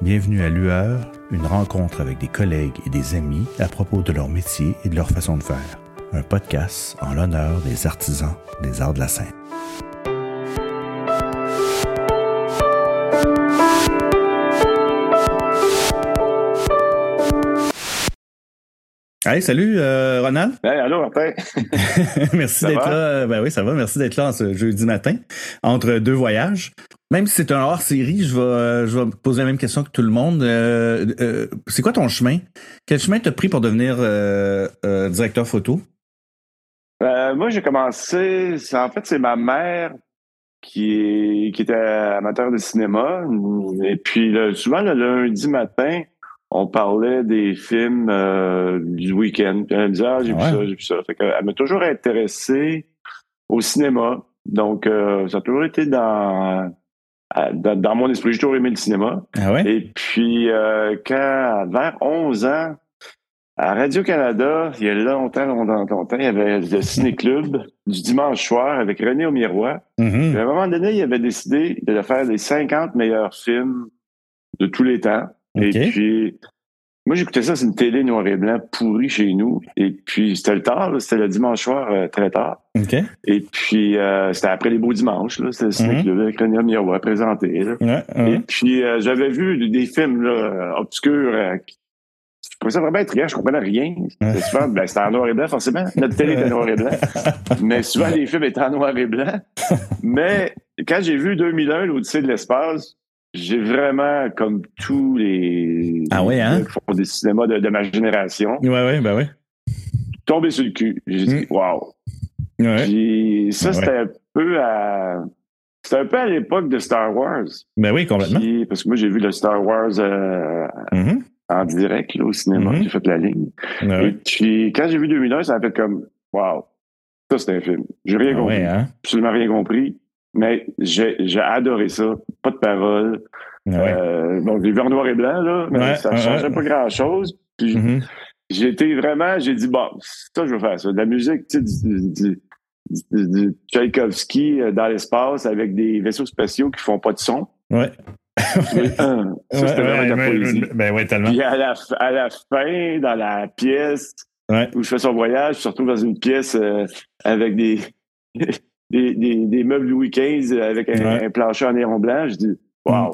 Bienvenue à Lueur, une rencontre avec des collègues et des amis à propos de leur métier et de leur façon de faire. Un podcast en l'honneur des artisans des arts de la scène. Hey, salut euh, Ronald. Hey, Ben, allô, Martin. merci Ça d'être va? là. Ben oui, ça va. Merci d'être là en ce jeudi matin, entre deux voyages. Même si c'est un hors-série, je vais, euh, je vais me poser la même question que tout le monde. Euh, euh, c'est quoi ton chemin? Quel chemin t'as pris pour devenir euh, euh, directeur photo? Euh, moi, j'ai commencé. c'est- En fait, c'est ma mère qui, est- qui était amateur de cinéma. Et puis, là, souvent, le lundi matin, on parlait des films euh, du week-end. Puis elle me disait, ah, j'ai vu Ouais. ça, j'ai vu ça. Fait que, elle m'a toujours intéressé au cinéma. Donc, euh, ça a toujours été dans, à- dans, dans mon esprit. J'ai toujours aimé le cinéma. Ah ouais? Et puis, euh, quand, vers 11 ans, à Radio-Canada, il y a longtemps, longtemps, longtemps, il y avait le ciné-club du dimanche soir avec René au miroir. Mhm. à un moment donné, il avait décidé de faire les 50 meilleurs films de tous les temps. Et OK. puis, moi, j'écoutais ça, c'est une télé noir et blanc pourrie chez nous. Et puis, c'était le tard, là, c'était le dimanche soir, euh, très tard. OK. Et puis, euh, c'était après les beaux dimanches, là, c'était le ciné-club avec René au miroir présenté. là. Ouais, Et ouais. puis, euh, j'avais vu des films là, obscurs. euh, qui- je trouvais ça vraiment intriguant, je comprenais rien. C'était souvent, ben, c'était en noir et blanc, forcément. Notre télé était en noir et blanc. Mais souvent, les films étaient en noir et blanc. Mais quand j'ai vu 2001, l'Odyssée de l'espace, j'ai vraiment, comme tous les Ah ouais, hein? les qui font des cinémas de, de ma génération, Ouais, ouais, ben ouais. tombé sur le cul. J'ai dit, wow. Mm. Ouais. Puis ça, Ouais. c'était un peu à... C'était un peu à l'époque de Star Wars. Ben oui, complètement. Puis, parce que moi, j'ai vu le Star Wars euh, Mhm. en direct là, au cinéma. Mhm. J'ai fait la ligne. Ah Ouais, Et ouais. puis, quand j'ai vu 2001, ça a fait comme Wow, ça c'est un film. J'ai rien Ah compris, ouais, hein? absolument rien compris. Mais j'ai j'ai adoré ça. Pas de parole. Ah ouais. Euh, bon, j'ai vu en noir et blanc, là, mais Ouais, ça ouais, changeait ouais. pas grand chose. Puis Mhm. j'ai été vraiment, j'ai dit, bon, ça, je veux faire ça. De la musique, tu sais, du, du- du- du Tchaïkovski euh, dans l'espace avec des vaisseaux spatiaux qui font pas de son. Ouais. ça, Ouais, c'était vraiment de la ouais, ouais, poésie. Ben ouais, tellement. Puis à la, à la fin, dans la pièce Ouais. où je fais son voyage, je me retrouve dans une pièce euh, avec des, des, des, des meubles Louis XV avec un, Ouais. Mm. un plancher en néon blanc. Je dis, wow,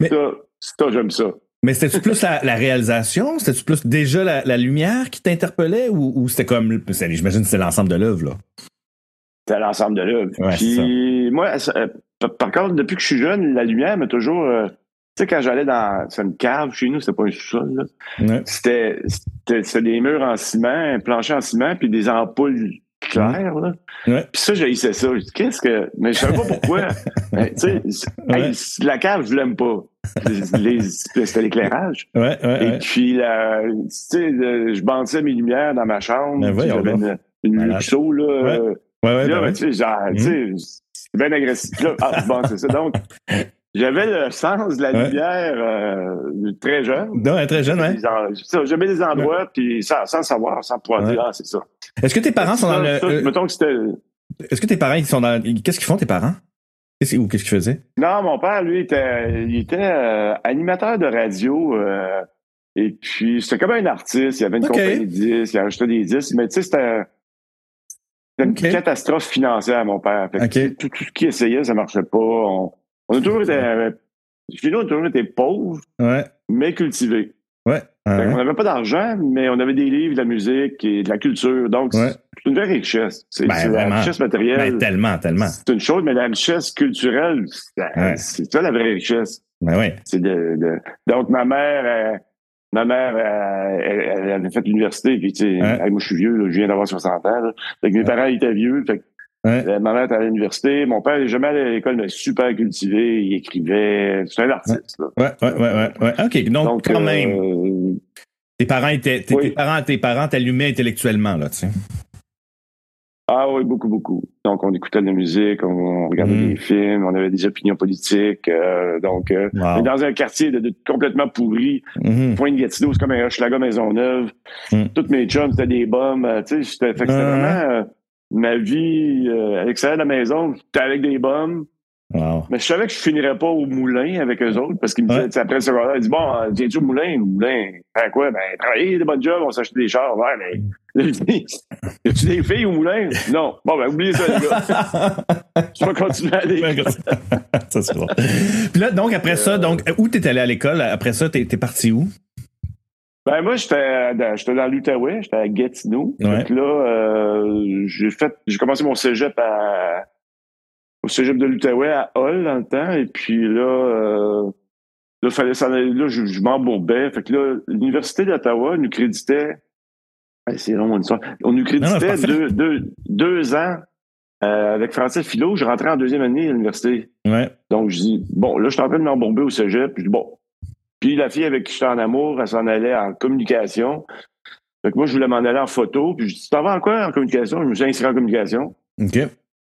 Mais- ça, ça j'aime ça. Mais c'était-tu plus la, la réalisation? C'était-tu plus déjà la, la lumière qui t'interpellait ou, ou c'était comme. c'est- J'imagine que c'était l'ensemble de l'œuvre, là. C'est l'ensemble de l'œuvre. Ouais, Puis moi, ça, euh, par- par contre, depuis que je suis jeune, la lumière m'a toujours. euh, tu sais, quand j'allais dans. C'est une cave chez nous, c'était pas un sous-sol, là. Ouais. C'était c'était- c'était des murs en ciment, un plancher en ciment, puis des ampoules claires. Là. Ouais. Puis ça, j'haïssais ça. Je dis, qu'est-ce que. Mais je savais pas pourquoi. Mais, tu sais, c'est- Ouais. hey, c'est- la cave, je l'aime pas. Les- les- C'était l'éclairage. Ouais, ouais, Et ouais. puis, la- tu sais, le- je bandissais mes lumières dans ma Ben chambre. Tu sais, voyons J'avais une, une Malade. Luxo, là. Ouais. euh, Ouais, ouais, puis là, ben ben, ouais. tu sais, genre, tu sais, c'est bien agressif. Puis là, ah, bon, c'est ça. Donc, j'avais le sens de la Ouais. lumière euh, très jeune. Non, elle est très jeune, ouais. Des en- ça, J'aimais des endroits, puis sans, sans savoir, sans pouvoir Ouais. dire, ah, c'est ça. Est-ce que tes parents sont Ça, dans le. ça, euh, Mettons que c'était. Est-ce que tes parents, ils sont dans. Qu'est-ce qu'ils font, tes parents? Qu'est-ce- Ou qu'est-ce qu'ils faisaient? Non, mon père, lui, était, il était euh, animateur de radio. euh, et puis, c'était comme un artiste. Il avait une Ok. compagnie de disques, il achetait des disques. Mais tu sais, c'était c'était une Ok. catastrophe financière, mon père. Fait que Ok. tu sais, tout, tout ce qu'il essayait, ça marchait pas. On, on a toujours été. euh, Chez nous, on a toujours été pauvres, Ouais, mais cultivés. ouais. ah Fait qu'on ouais. n'avait pas d'argent, mais on avait des livres, de la musique et de la culture. Donc, Ouais. c'est une vraie richesse. C'est Ben, c'est la vraiment. richesse matérielle. Ben, tellement, tellement. c'est une chose, mais la richesse culturelle, c'est Ouais. c'est ça la vraie richesse. Ben ouais. C'est de, de- Donc, ma mère, euh, ma mère euh, elle, elle avait fait l'université, puis tu sais, Ouais. hey, moi je suis vieux, là, je viens d'avoir 60 ans. Là. Fait que mes parents ils étaient vieux, fait que Ouais. euh, ma mère était à l'université, mon père n'est jamais allé à l'école, mais super cultivé, il écrivait, c'est un artiste. là. Ouais, ouais, ouais, ouais, ouais. OK. Donc, Donc, quand euh, même, tes parents étaient. Tes, oui. tes parents, tes parents t'allumaient intellectuellement, là, tu sais. Ah oui, beaucoup, beaucoup. Donc, on écoutait de la musique, on, on regardait Mm. des films, on avait des opinions politiques. euh, donc, euh, Wow. mais dans un quartier de, de- complètement pourri, Mhm. Pointe-Gatineau, c'est comme un Hochelaga Maisonneuve. Mm. Toutes mes chums, c'était des bombes. Tu sais, j'étais- fait que c'était Ouais, vraiment euh, ma vie euh, à l'extérieur de la maison. J'étais avec des bombes, Wow. Mais je savais que je finirais pas au moulin avec eux autres parce qu'ils me disaient, Ouais. tu sais, après le secondaire, ils disent Bon, euh, viens-tu au moulin Au moulin, faire quoi Ben, travailler des bonnes jobs, on s'achète des chars. Ouais, mais. Là, je dis, Y a-tu des filles au moulin Non. Bon, ben, oubliez ça, les gars. Je vais continuer à aller. ça, c'est bon. Puis là, donc, après ça, donc, Euh. où t'es allé à l'école? Après ça, t'es t'es parti où? Ben, moi, j'étais euh, dans, j'étais dans l'Outaouais, j'étais à Gatineau. Ouais. Donc là, euh, j'ai fait, j'ai commencé mon cégep à, au cégep de l'Outaouais à Hull dans le temps. Et puis là, euh, là, fallait s'en aller. Là, je, je m'embourbais. Fait que là, l'Université d'Ottawa nous créditait. Ah, c'est long, mon histoire. On nous non, créditait c'est parfait. deux, deux, deux ans euh, avec Francis Philo. Je rentrais en deuxième année à l'université. Ouais. Donc, je dis, bon, là, je suis en train de m'embourber au cégep. Puis, je dis, bon. Puis, la fille avec qui j'étais en amour, elle s'en allait en communication. Fait que moi, je voulais m'en aller en photo. Puis, je dis, tu t'en vas en quoi en communication? Je me suis inscrit en communication OK.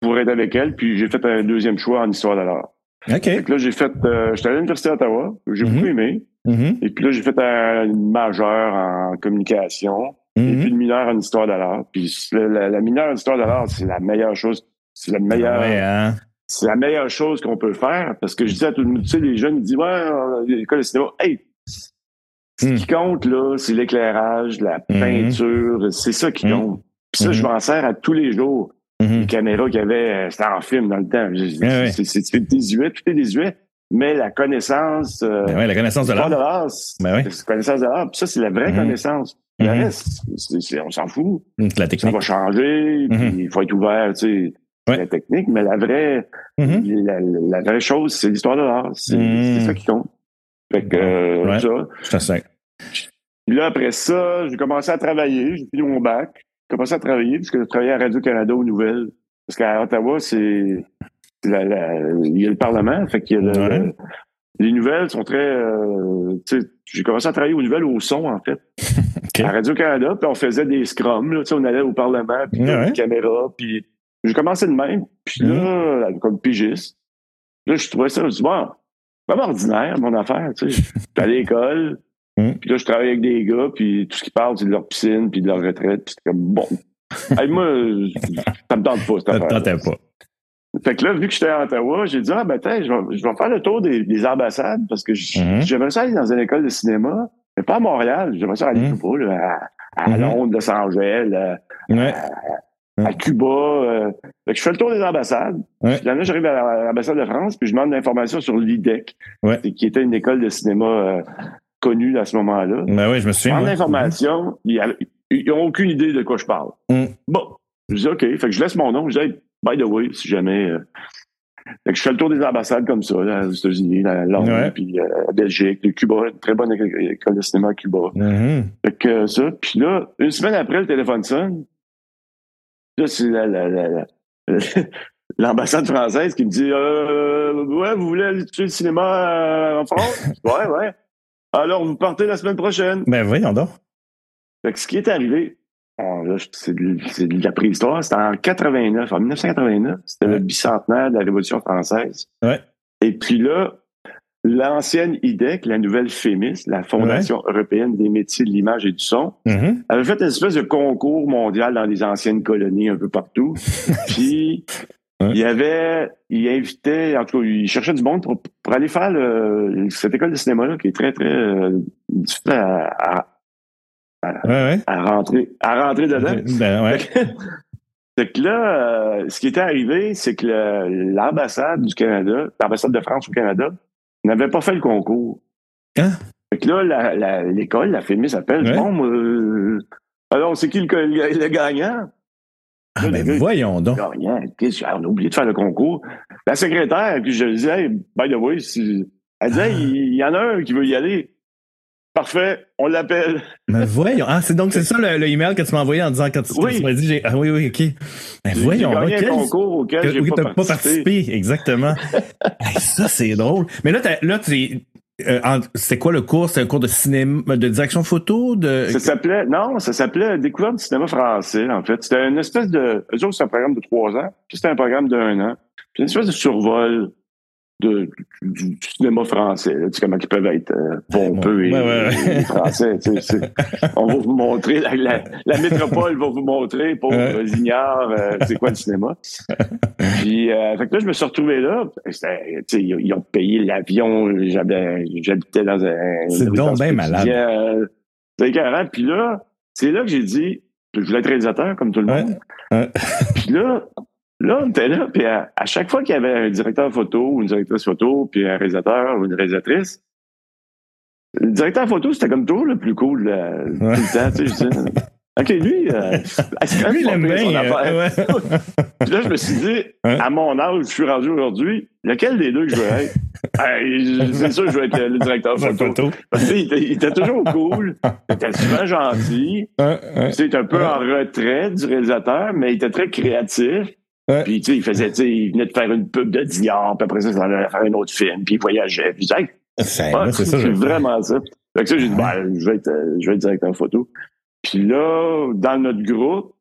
pour être avec elle. Puis, j'ai fait un deuxième choix en histoire de l'art. OK. Fait que là, j'ai fait, euh, j'étais allé à l'Université d'Ottawa. J'ai Mhm. beaucoup aimé. Mhm. Et puis, là, j'ai fait un majeur en communication. Et Mhm. puis, une mineure en histoire de l'art. Puis, la, la- la mineure en histoire de l'art, c'est la meilleure chose. C'est la meilleure Ouais, hein. c'est la meilleure chose qu'on peut faire parce que je dis à tout le monde, tu sais, les jeunes ils disent ouais, euh, l'école de cinéma, hey, ce Hmm. qui compte là, c'est l'éclairage, la peinture, c'est ça qui Mhm. compte. Puis ça, Mhm. je m'en sers à tous les jours. Mhm. Les caméras qu'il y avait, euh, c'était en film dans le temps. Je- Ah ouais. c'est- C'est c'est désuet, tout est désuet, mais la connaissance, euh, Ben ouais, la connaissance de pas de l'art. l'art, Ben ouais. c'est la connaissance de l'art. Puis ça, c'est la vraie Mhm. connaissance. Le Mhm. reste, c'est- c'est- on s'en fout La ça technique. va changer, puis Mhm. il faut être ouvert, tu sais, Hmm. Ouais. la technique, mais la vraie, Mhm. la, la vraie chose, c'est l'histoire de l'art. C'est Mhm. c'est ça qui compte. Fait que, euh, Ouais. ça. Je te sais. Puis là, après ça, j'ai commencé à travailler, j'ai fini mon bac, j'ai commencé à travailler, puisque je travaillais à Radio-Canada aux nouvelles. Parce qu'à Ottawa, c'est, c'est la- la- il y a le Parlement, fait qu'il y a le- Ouais. le- les nouvelles sont très, euh, tu sais, j'ai commencé à travailler aux nouvelles au son, en fait. Ok. À Radio-Canada, puis on faisait des scrums, là, tu sais, on allait au Parlement, puis Ouais. une caméra, puis j'ai commencé de même, puis Mm-hmm. là, comme pigiste, là, je trouvais ça, je me suis dit, bon, c'est pas ordinaire, mon affaire, tu sais. J'étais à l'école, Mhm. puis là, je travaillais avec des gars, puis tout ce qu'ils parlent, c'est de leur piscine, puis de leur retraite, puis c'était comme, bon. Hey, moi, ça me tente pas, cette Ça te affaire. tentait pas. Fait que là, vu que j'étais à Ottawa, j'ai dit, ah, ben, attends, je vais, je vais faire le tour des, des ambassades parce que j- Mhm. j'aimerais ça aller dans une école de cinéma, mais pas à Montréal. J'aimerais ça aller Mhm. plus beau, là, à, à Mhm. Londres, Los Angeles, euh, Ouais. à Cuba. euh. Fait que je fais le tour des ambassades. Mm-hmm. Ouais. Puis là, j'arrive à la- à l'ambassade de France, puis je demande l'information sur l'IDEC, Ouais. c'est- qui était une école de cinéma euh, connue à ce moment-là. Ben ouais, je me souviens. En moi. information, ils avaient- ils n'ont aucune idée de quoi je parle. Mm. Bon, je dis OK. Fait que je laisse mon nom. Je dis, hey, by the way, si jamais. euh. Fait que je fais le tour des ambassades comme ça, là, aux États-Unis, la Londres, Ouais. puis euh, la Belgique, le Cuba, une très bonne é- école de cinéma à Cuba. Mhm. Fait que euh, ça. Puis là, une semaine après, le téléphone sonne. Là, c'est la- la- la- la- la- l'ambassade française qui me dit euh, Ouais, vous voulez aller tuer le cinéma euh, en France Ouais, ouais. Alors, vous partez la semaine prochaine. Ben voyons donc. Fait que ce qui est arrivé, on- là, je- c'est de, c'est de la préhistoire, c'était en 89, en 1989, c'était Ouais. le bicentenaire de la Révolution française. Ouais. Et puis là, l'ancienne IDEC, la nouvelle FEMIS, la Fondation européenne des métiers de l'image et du son, Mhm. avait fait une espèce de concours mondial dans les anciennes colonies un peu partout. puis, Ouais. il y avait, il invitait, en tout cas, il cherchait du monde pour, pour aller faire le- cette école de cinéma-là qui est très, très euh, difficile à- à, Ouais, ouais. à rentrer, à rentrer dedans. Ben ouais. Fait que là, euh, ce qui était arrivé, c'est que le- l'ambassade du Canada, l'ambassade de France au Canada, n'avait pas fait le concours. Hein? Fait que là, la- la- l'école, la, FEMI s'appelle, Ouais. bon, moi, euh, alors c'est qui le, le- le gagnant? Ah, ben voyons donc. Gagnant, qu'est-ce que- ah, on a oublié de faire le concours. La secrétaire, puis je lui disais, hey, by the way, si- Ah. elle disait, il il y en a un qui veut y aller. Parfait, on l'appelle. Ben voyons. Ah, c'est donc c'est ça le, le email que tu m'as envoyé en disant quand tu, quand Oui. tu m'as dit j'ai ah oui oui ok. Ben J'ai voyons. gagné quel- un concours auquel que- j'ai oui, pas, t'as pas participé. participé exactement. Hey, ça c'est drôle. Mais là t'as- là tu euh, en- c'est quoi le cours C'est un cours de cinéma, de direction photo, de Ça s'appelait, non, ça s'appelait Découverte du cinéma français, en fait. C'était une espèce de, eux autres, c'est un programme de trois ans, puis c'était un programme d'un an. Puis une espèce de survol de- du, du cinéma français. là. Tu sais comment ils peuvent être euh, pompeux Ouais, et, ouais, ouais. et français. tu sais, c'est- on va vous montrer, la, la- la métropole va vous montrer, pauvre Ouais. ignore c'est quoi le cinéma. Puis, euh, fait que là, je me suis retrouvé là. C'était, tu sais, Ils, ils ont payé l'avion. J'avais- J'habitais dans un... C'est dans donc un bien malade. étudiant, euh, C'était écœurant. Puis là, c'est là que j'ai dit, je voulais être réalisateur comme tout le Ouais. monde. Ouais. Puis là, là, on était là, puis à, à chaque fois qu'il y avait un directeur photo ou une directrice photo, puis un réalisateur ou une réalisatrice, le directeur photo, c'était comme toujours le plus cool là, Ouais. tout le temps. Tu sais, je disais, OK, lui, euh, est-ce Lui, il aime bien. euh, ouais. Puis là, je me suis dit, Ouais. à mon âge, je suis rendu aujourd'hui, lequel des deux que je veux être? Hey, je- c'est sûr que je veux être le directeur La photo. photo. Parce que, il, était, il était toujours cool, il était souvent gentil, Hein, hein. c'est un peu Ouais. en retrait du réalisateur, mais il était très créatif. Ouais. Puis, tu sais, il faisait, tu sais, il venait de faire une pub de Dior, puis après ça, il s'en allait faire un autre film, puis il voyageait. Puis, je disais, C'est ah, Eh, moi, c'est c'est ça. je- vraiment ça. Fait que ça, j'ai dit, ben, je vais être, euh, je vais être directeur photo. Puis là, dans notre groupe,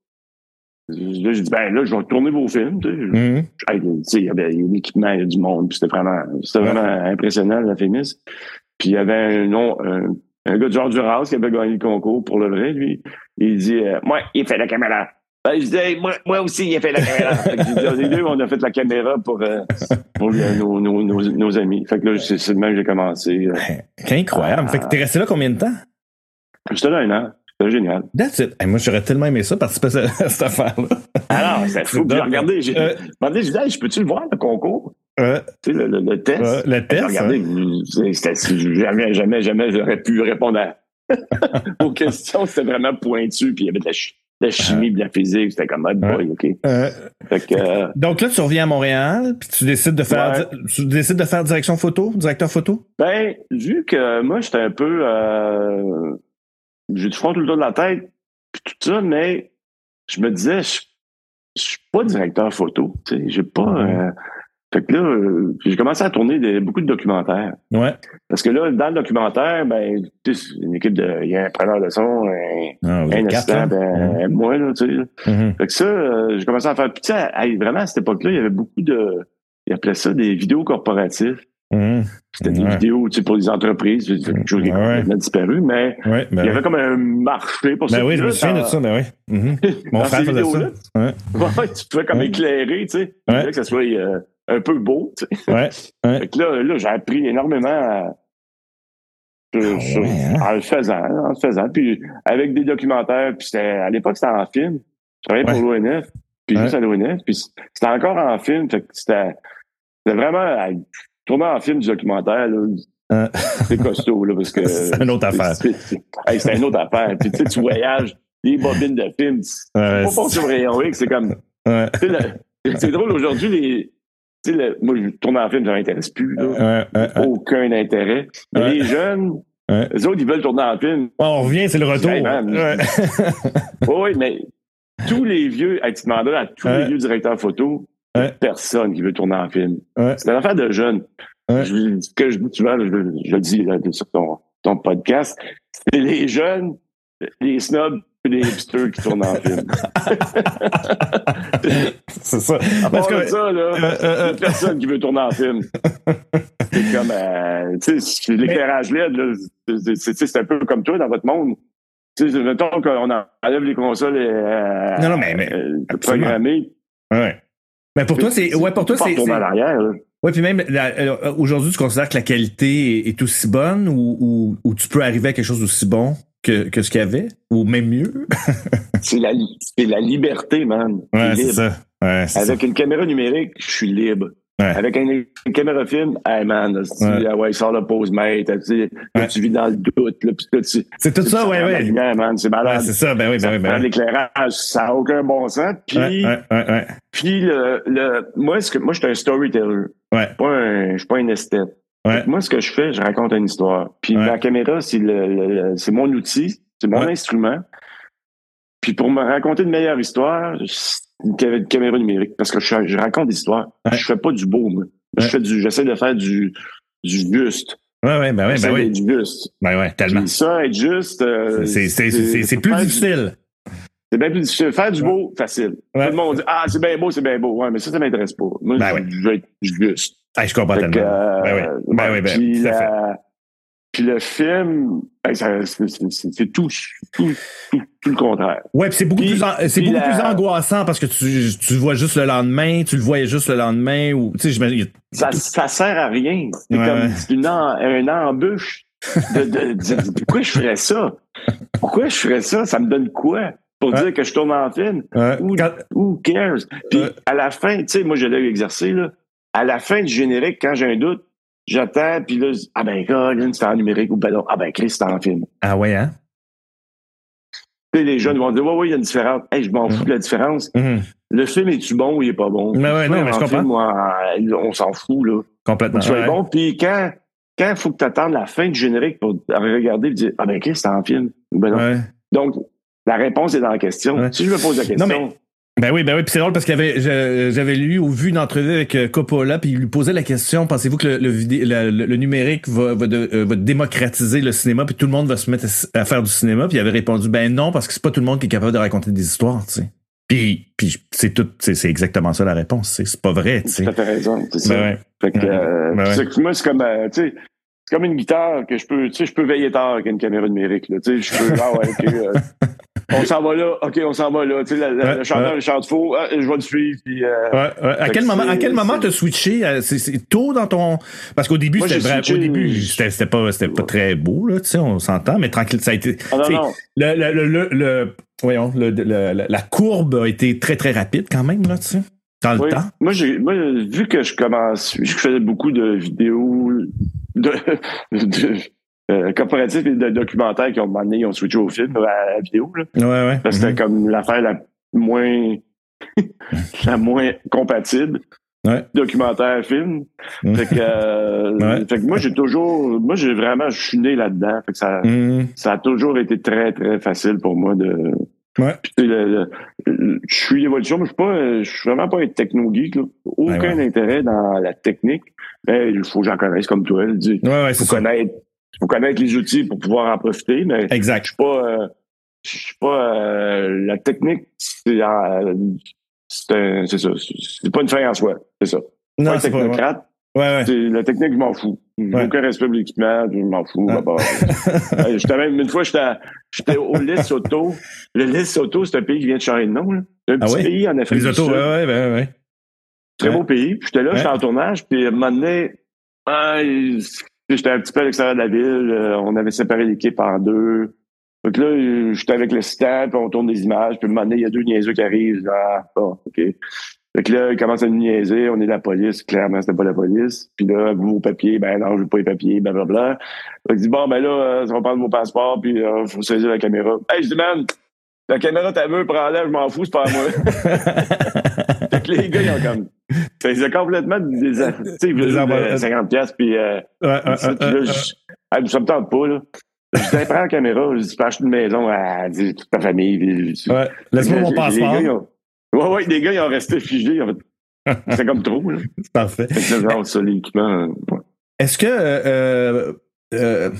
là, j'ai dit, ben, là, je vais tourner vos films, tu sais. Mhm. Hey, tu sais, il y avait l'équipement, il y a du monde, puis c'était vraiment, c'était Ouais. vraiment impressionnant, la fémis. Puis il y avait un, nom, un, un gars de George Duras qui avait gagné le concours pour le vrai, lui. Il dit euh, Moi, il fait la caméra. Ben, je disais, moi, moi aussi, il a fait la caméra. Fait que j'ai dit, ah, Les deux, on a fait la caméra pour, euh, pour euh, nos, nos, nos, nos amis. Fait que là, c'est c'est de même que j'ai commencé. euh. Ben, C'est incroyable. Fait que t'es resté là combien de temps? J'étais là un an. C'était génial. That's it. Eh, moi, j'aurais tellement aimé ça, participer à cette cette affaire-là. Alors, c'est fou. Puis regardez, j'ai Ah, Euh, demandé, j'ai dit, Hey, je peux-tu le voir, le concours? euh, Tu sais, le, le- le test. euh, le test. Regardez, vous- c'est- c'était- si jamais, jamais, jamais j'aurais pu répondre à, aux questions. C'était vraiment pointu, puis il y avait de la, chi- de la chimie, de la physique. C'était comme, ah, boy, OK. hein. Euh, Fait que, euh, donc là, tu reviens à Montréal, puis tu décides de faire, tu décides de faire direction photo, directeur photo. ben, vu que moi, j'étais un peu. euh, J'ai du front tout le tour de la tête, puis tout ça, mais je me disais, je je suis pas directeur photo. Tu sais, j'ai pas. euh, fait que là, euh, j'ai commencé à tourner des- beaucoup de documentaires. Ouais. Parce que là, dans le documentaire, ben, tu sais, c'est une équipe de. Il y a un preneur de son, un, Ah, vous un êtes quatre, assistant, hein? ben, moi, là, tu sais. là. Mhm. Fait que ça, euh, j'ai commencé à faire. Puis, tu sais, à- à- vraiment, à cette époque-là, il y avait beaucoup de. Ils appelaient ça des vidéos corporatives. Mhm. C'était des Ouais. Mm. vidéos, tu sais, pour les entreprises. C'est quelque chose qui est Ouais. complètement disparu, mais Ouais, ben il y oui. avait comme un marché pour ça. Ben oui, je Puis me là, souviens de dans- ça, ben oui. Mhm. Mon dans frère ces faisait ça. vidéos-là, Ouais. Ouais, tu pouvais comme Ouais. éclairer, tu sais. Ouais. Il fallait Que ça soit euh, un peu beau, tu sais. Ouais. Fait que là, là j'ai appris énormément à- sur- Ah sur- ouais, hein? en le faisant, en le faisant. Puis avec des documentaires, puis c'était- à l'époque, c'était en film. Je travaillais pour l'ONF, puis Ouais. juste à l'ONF, puis c'était encore en film. Fait que c'était c'était vraiment à tourner en film du documentaire, là, Hein? c'est costaud, là, parce que C'est une autre affaire. c'est- c'est- hey, c'est une autre affaire. Puis tu sais, tu voyages, des bobines de films, tu Ouais, pas sur Rayon X, c'est comme Ouais. tu sais, le- C'est drôle, aujourd'hui, les. tu sais, le- moi, je tourne en film, ça m'intéresse plus. là. Ouais, ouais, ouais. Aucun intérêt. Mais Ouais. les jeunes, Ouais. les autres, ils veulent tourner en film. Bon, on revient, c'est le retour. Hey, man. Ouais. Oui, oui, mais tous les vieux, hey, tu demanderas à tous Ouais. les vieux directeurs photo, Ouais. personne qui veut tourner en film. Ouais. C'est une affaire de jeunes. Ouais. Je- ce que je dis souvent, je, je le dis là, sur ton, ton podcast, c'est les jeunes, les snobs et les hipsters qui tournent en film. c'est ça. À Parce part que- de ça, là, Euh, Il y euh, a personne qui veut tourner en film. C'est comme, euh, tu sais, c'est l'éclairage LED, là, c'est- c'est c'est- c'est un peu comme toi dans votre monde. Tu sais, mettons qu'on en- enlève les consoles euh, Non, non, mais- mais- euh, absolument. programmées. euh, ouais. Mais pour toi, c'est. Ouais, pour toi, Pas c'est. retourner c'est- en arrière, là. Ouais, puis même la- euh, aujourd'hui, tu considères que la qualité est, est aussi bonne ou, ou, ou tu peux arriver à quelque chose d'aussi bon que, que ce qu'il y avait ou même mieux? C'est la, li- c'est la liberté, man. T'es libre. ça. Ouais, c'est Avec une caméra numérique, je suis libre. Ouais. Avec une, une caméra film, hey man, là, si- Ouais. ah ouais, sors le pose mate, là, tu sais, là, Ouais. tu vis dans le doute, là, puis là, tu- C'est tout ça, ouais, la ouais. lumière, man, c'est malade. Ouais, c'est ça, ben oui, ben oui, Faire de ben oui. L'éclairage, ça n'a aucun bon sens. Puis, Ouais, ouais, ouais, ouais. puis le, le, moi, ce que, moi, je suis un storyteller. Ouais. Pas un- Je suis pas un esthète. Ouais. Fait que Moi, ce que je fais, je raconte une histoire. Puis Ouais. ma caméra, c'est le, le- le- c'est mon outil, c'est mon Ouais. instrument. Puis pour me raconter une meilleure histoire, c'est une ca- une caméra numérique. Parce que je, je raconte des histoires. Ouais. Je fais pas du beau, moi. Je Ouais. fais du, j'essaie de faire du, du buste. Ouais, ouais, ben oui, J'essaie ben oui. d'être du buste. Ben ouais, tellement. Puis ça, être juste. euh, C'est- C'est c'est- c'est- c'est plus faire du- difficile. C'est bien plus difficile. Faire du beau, facile. Ouais. Tout le monde dit Ah, c'est bien beau, c'est bien beau. Ouais, mais ça, ça m'intéresse pas. Moi, Ben je, ouais. je veux être juste. Ah, je comprends Fait que, tellement. euh, Ben oui. Ben oui, ben, puis, tout à fait. la- puis le film, ben, ça- c'est- c'est c'est- c'est tout, tout, tout, tout le contraire. Ouais, puis c'est beaucoup, Puis- plus, en- euh, c'est puis beaucoup la- plus angoissant parce que tu, tu le vois juste le lendemain, tu le voyais juste le lendemain, ou, tu sais, j'imagine. Ça, ça sert à rien. C'est Ouais, comme ouais. c'est une en- un embûche. De, de- de- de- pourquoi je ferais ça? Pourquoi je ferais ça? Ça me donne quoi? Pour Ouais. dire que je tourne en film? Ouais, Ou- quand- Who cares? Puis Ouais. à la fin, tu sais, moi, je l'ai exercé, là. À la fin du générique, quand j'ai un doute, j'attends, puis là, je dis, ah ben, Colin, c'est en numérique ou ben non, ah ben, Chris, c'est en film. Ah ouais, hein? Tu sais, les jeunes vont dire, ouais, ouais, il y a une différence. Hey, je m'en fous de la différence. Mhm, Le film est-tu bon ou il est pas bon? Mais ouais, Tu vois, non, mais je en comprends. film, moi, on s'en fout, là. Faut Complètement. que tu sois Ouais. bon. Puis quand, quand faut que tu attendes la fin du générique pour regarder et dire, ah ben, Chris, c'est en film. Ben non. Ouais. Donc, la réponse est dans la question. Ouais. Si je me pose la question, Non, mais- Ben oui, ben oui, puis c'est drôle parce que j'avais lu ou vu une entrevue avec euh, Coppola, puis il lui posait la question, pensez-vous que le, le, vidé- la- le- le numérique va, va, de- euh, va démocratiser le cinéma, puis tout le monde va se mettre à, à faire du cinéma, puis il avait répondu, ben non, parce que c'est pas tout le monde qui est capable de raconter des histoires, tu sais. Puis, puis c'est tout, c'est c'est exactement ça la réponse, c'est c'est pas vrai, tu sais. tu as raison. C'est ça. Ben ouais. Fait que, euh, Ben ouais. c'est que moi, c'est comme, euh, tu sais, c'est comme une guitare que je peux, tu sais, je peux veiller tard avec une caméra numérique, là. Tu sais, je peux, ah ouais, ok, euh, on s'en va là, ok, on s'en va là. Tu sais, la- la- Ouais, le chanteur, ouais. il chante faux, ah, je vais le suivre, puis, euh, Ouais, ouais. À Fait quel que moment, à c'est- quel moment c'est- t'as switché euh, C'est c'est tôt dans ton, parce qu'au début Moi, c'était j'ai vrai- switché- au début c'était c'était pas, c'était pas très beau là, tu sais, on s'entend, mais tranquille, ça a été. ah non, tu sais, non. Le, le, le, le, le- voyons, le, le- le- la courbe a été très très rapide quand même là, tu sais, dans le Oui. temps. Moi, j'ai, moi, vu que je commence, je faisais beaucoup de vidéos, de, de euh, corporatifs et de documentaires qui ont demandé, ils ont switché au film, à la vidéo, là. Ouais, ouais. Parce que Mhm. c'était comme l'affaire la moins, la moins compatible. Ouais. Mhm. Documentaire, film. Fait que, euh, Ouais. fait que moi, j'ai toujours, moi, j'ai vraiment, je suis né là-dedans. Fait que ça, Mhm. ça a toujours été très, très facile pour moi de. Ouais. Puis, tu sais, le- le- je suis l'évolution, mais je suis pas, euh, je suis vraiment pas un techno geek. Aucun Ouais, ouais. intérêt dans la technique. Mais il faut que j'en connaisse comme toi. Il dit, Ouais, ouais, faut c'est ça. connaître, faut connaître les outils pour pouvoir en profiter, mais je Exact. suis pas, euh, je suis pas euh, la technique. C'est euh, c'est un- c'est ça. c'est- C'est pas une fin en soi. C'est ça. Non, pas un c'est pas vrai. technocrate. Ouais, ouais. C'est- La technique, je m'en fous. Ouais. Ah. Aucun respect pour l'équipement, je m'en fous. bah, bah. Hey, j'étais même, une fois, j'étais, j'étais au Lesotho. Le Lesotho, c'est un pays qui vient de changer de nom. là. C'est un Ah petit ouais? pays en Afrique Les du autos, Sud. ouais, ouais, ben, ouais, ouais. Très ouais. beau pays. Puis j'étais là, j'étais en tournage. Puis à un moment donné, ah, j'étais un petit peu à l'extérieur de la ville. euh, On avait séparé l'équipe en deux. Fait que là, j'étais avec l'assistant, puis on tourne des images. Puis à un moment donné, il y a deux niaiseux qui arrivent. Ah, bon, OK. Fait que là, ils commencent à nous niaiser. On est la police. Clairement, c'était pas la police. Puis là, vous, vos papiers. Ben non, je veux pas les papiers. Blablabla. Fait que je dis, bon, ben là, euh, on va prendre vos passeports. Puis il faut saisir la caméra. Hey, je dis, man, la caméra, t'as vu, prends-la. Je m'en fous, c'est pas à moi. Fait que les gars, ils ont comme. Ils ont complètement des. Tu sais, ils Des voulaient emballages. euh, 50$, piastres, puis. Euh, Ouais, ouais, ça, ouais, puis là, ouais, ouais. je- Ah, mais ça me tente pas, là. Je dis, prends la caméra, je dis, passe une maison à dis, toute ta famille. puis- Ouais. Euh, Laisse-moi mon Les gars, passeport. ils ont- Ouais, ouais, les gars, ils ont resté figés. ils ont fait- C'est comme trop, là. Parfait. Fait que là, genre, ça, l'équipement. ouais. Est-ce que euh, euh,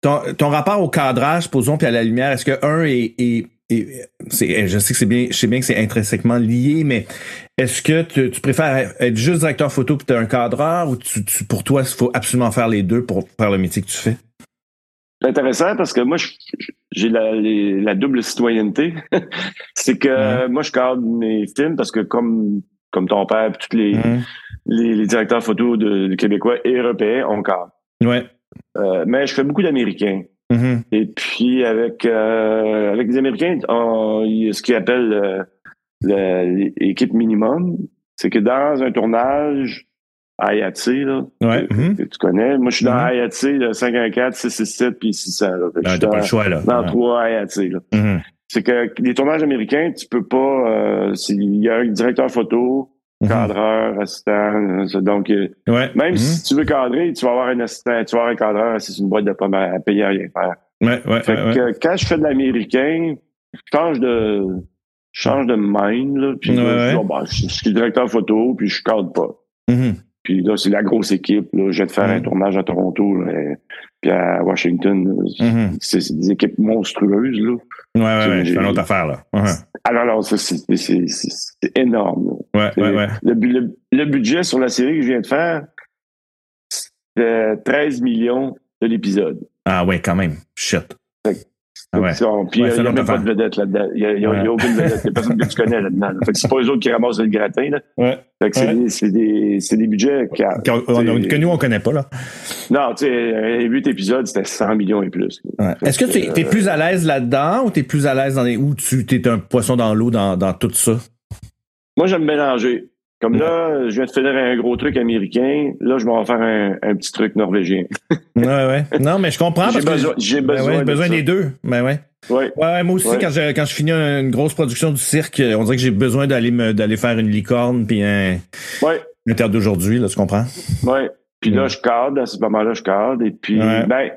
ton, ton rapport au cadrage, posons, puis à la lumière, est-ce que un est, est- est- c'est- eh, je sais que c'est bien, je sais bien que c'est intrinsèquement lié, mais est-ce que tu, tu préfères être juste directeur photo puis t'es un cadreur ou tu, tu- pour toi, il faut absolument faire les deux pour faire le métier que tu fais? C'est intéressant parce que moi, je- j'ai la, les- la double citoyenneté. C'est que moi, je cadre mes films parce que comme, comme ton père, puis toutes les. Mmh. les, les directeurs photos de, de québécois et européens ont cadre. Ouais. Euh, mais je fais beaucoup d'Américains. Mhm. Et puis avec euh, avec les Américains, on- il y a ce qu'ils appellent euh, le- l'équipe minimum. C'est que dans un tournage à Hayaté, là, Ouais. Mhm. que tu connais, moi je suis dans Mhm. Hayaté, le 514, 667 puis 600. Là. Fait que je Ouais, Ben, suis t'as pas le dans, choix, là. dans Ouais. trois Hayaté. là Mhm. c'est que les tournages américains, tu peux pas. euh, c'est- Il y a un directeur photo, Mhm. cadreur, assistant. euh, ça, Donc, euh, Ouais. même Mhm. si tu veux cadrer, tu vas avoir un assistant, tu vas avoir un cadreur, c'est une boîte de pommes à, à payer à rien faire. Ouais, ouais, Fait ouais, ouais. que quand je fais de l'américain, je change de. Je change de mind, là, puis Ouais, là, je, dis, ouais. oh, ben, je, je suis directeur photo, puis je cadre pas. Mhm. Puis là, c'est la grosse équipe. Là. Je vais te faire Hmm. un tournage à Toronto, là, et- puis à Washington. là. Mhm. C'est c'est des équipes monstrueuses. Là. Ouais, ouais, ouais, c'est J'ai- une autre affaire, là. Ouais, Alors, alors ça, c'est c'est- c'est- c'est énorme. là. ouais, ouais. ouais. Le, bu- le- le budget sur la série que je viens de faire, c'était 13 millions de l'épisode. Ah, ouais, quand même. Shit. Ah ouais. Ça, Puis Ouais, il c'est n'y a notre même pas affaire. de vedette là-dedans. Il n'y a, il y a- il y Ouais. a aucune vedette. Il n'y a personne que tu connais là-dedans. là. Fait que c'est pas eux autres qui ramassent le gratin. Là. Ouais. Fait que Ouais. c'est des- c'est des, Ah, c'est des budgets. qui- Qu'on- on- que nous, on connaît pas, là. Non, tu sais, les 8 épisodes, c'était 100 millions et plus. Ouais. Est-ce que tu es, Euh, t'es plus à l'aise là-dedans ou t'es plus à l'aise dans les. ou tu t'es un poisson dans l'eau dans, dans tout ça? Moi, j'aime mélanger. Comme Ouais. là, je viens de finir un gros truc américain. Là, je m'en vais faire un, un petit truc norvégien. Ouais, ouais. Non, mais je comprends J'ai parce besoin, que. j'ai Ben besoin, ouais, de besoin ça. des deux. Ben ouais. Ouais. Ouais, ouais, moi aussi, Ouais. quand, je, quand je finis une grosse production du cirque, on dirait que j'ai besoin d'aller me d'aller faire une licorne puis un, Ouais. un terre d'aujourd'hui, là, tu comprends? Ouais. Puis Mm. là, je cadre, à ce moment-là, je cadre. Et puis, Ouais. ben,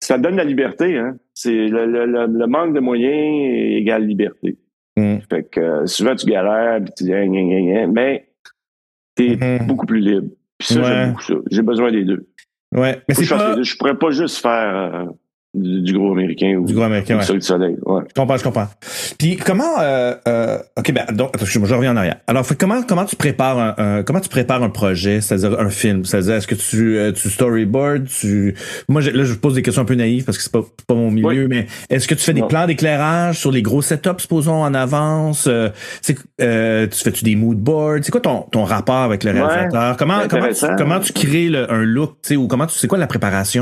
ça donne la liberté. Hein. C'est le, le- le- le manque de moyens égale liberté. Mm. Fait que euh, souvent, tu galères, puis tu dis, Gna, gna, gna, mais t'es Mhm. beaucoup plus libre. Puis ça, Ouais. j'aime beaucoup ça. J'ai besoin des deux. Ouais. Mais Faut que c'est Je, fasse les pas. deux. Je pourrais pas juste faire euh, du, du gros américain ou Du gros américain, ou ouais. du soleil. Ouais. Je comprends, je comprends. Puis comment euh, euh, OK ben donc attends, excuse-moi, je reviens en arrière. Alors fait, comment comment tu prépares un, un- comment tu prépares un projet, c'est-à-dire un film, c'est-à-dire est-ce que tu euh, tu storyboard, tu Moi j'ai- là je vous pose des questions un peu naïves parce que c'est pas c'est pas mon milieu mais est-ce que tu fais des Non. plans d'éclairage sur les gros setups supposons en avance Euh, c'est euh, tu fais-tu des mood boards, c'est quoi ton ton rapport avec le Ouais. réalisateur Comment comment C'est tu, intéressant. comment tu crées le- un look, tu sais ou comment tu c'est quoi la préparation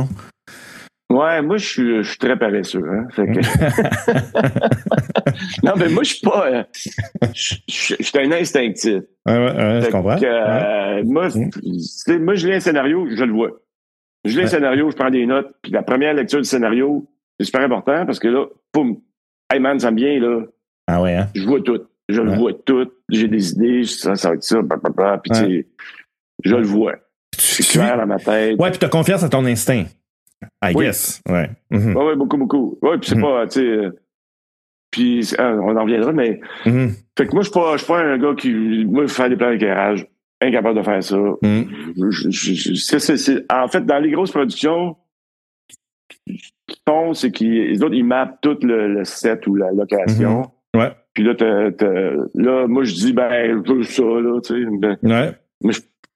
Ouais, moi, je suis, je suis très paresseux. Hein? Fait que- non, mais moi, je suis pas. euh, je je- je suis un instinctif. Ah Ouais ouais, ouais Fait que, euh, moi, Mm. tu sais, moi, je lis un scénario, je le vois. Je lis Ouais. un scénario, je prends des notes, puis la première lecture du scénario, c'est super important parce que là, poum, hey man, ça me vient, là, Ah ouais hein. je vois tout. Je le Ouais. vois tout, j'ai des idées, ça, ça va être ça, blablabla, puis tu sais, je le vois. Tu- C'est tu- clair dans ma tête. Ouais, puis t'as confiance à ton instinct. I Oui. guess. Ouais. Mhm. Ouais, ouais, beaucoup, beaucoup. Ouais, puis c'est Mhm. pas, tu sais. euh, Puis c'est- ah, on en reviendra, mais. Mhm. Fait que moi, je suis pas, je suis pas un gars qui. Moi, faire des plans d'éclairage, incapable de faire ça. Mhm. Je- je- je- c'est- c'est- c'est- en fait, dans les grosses productions, ce qu'ils font, c'est qu'ils les autres, ils mappent tout le, le set ou la location. Mhm. Ouais. Puis là, t'as- t'as- là, moi, je dis, ben, je veux ça, là, tu sais. Ben, Ouais.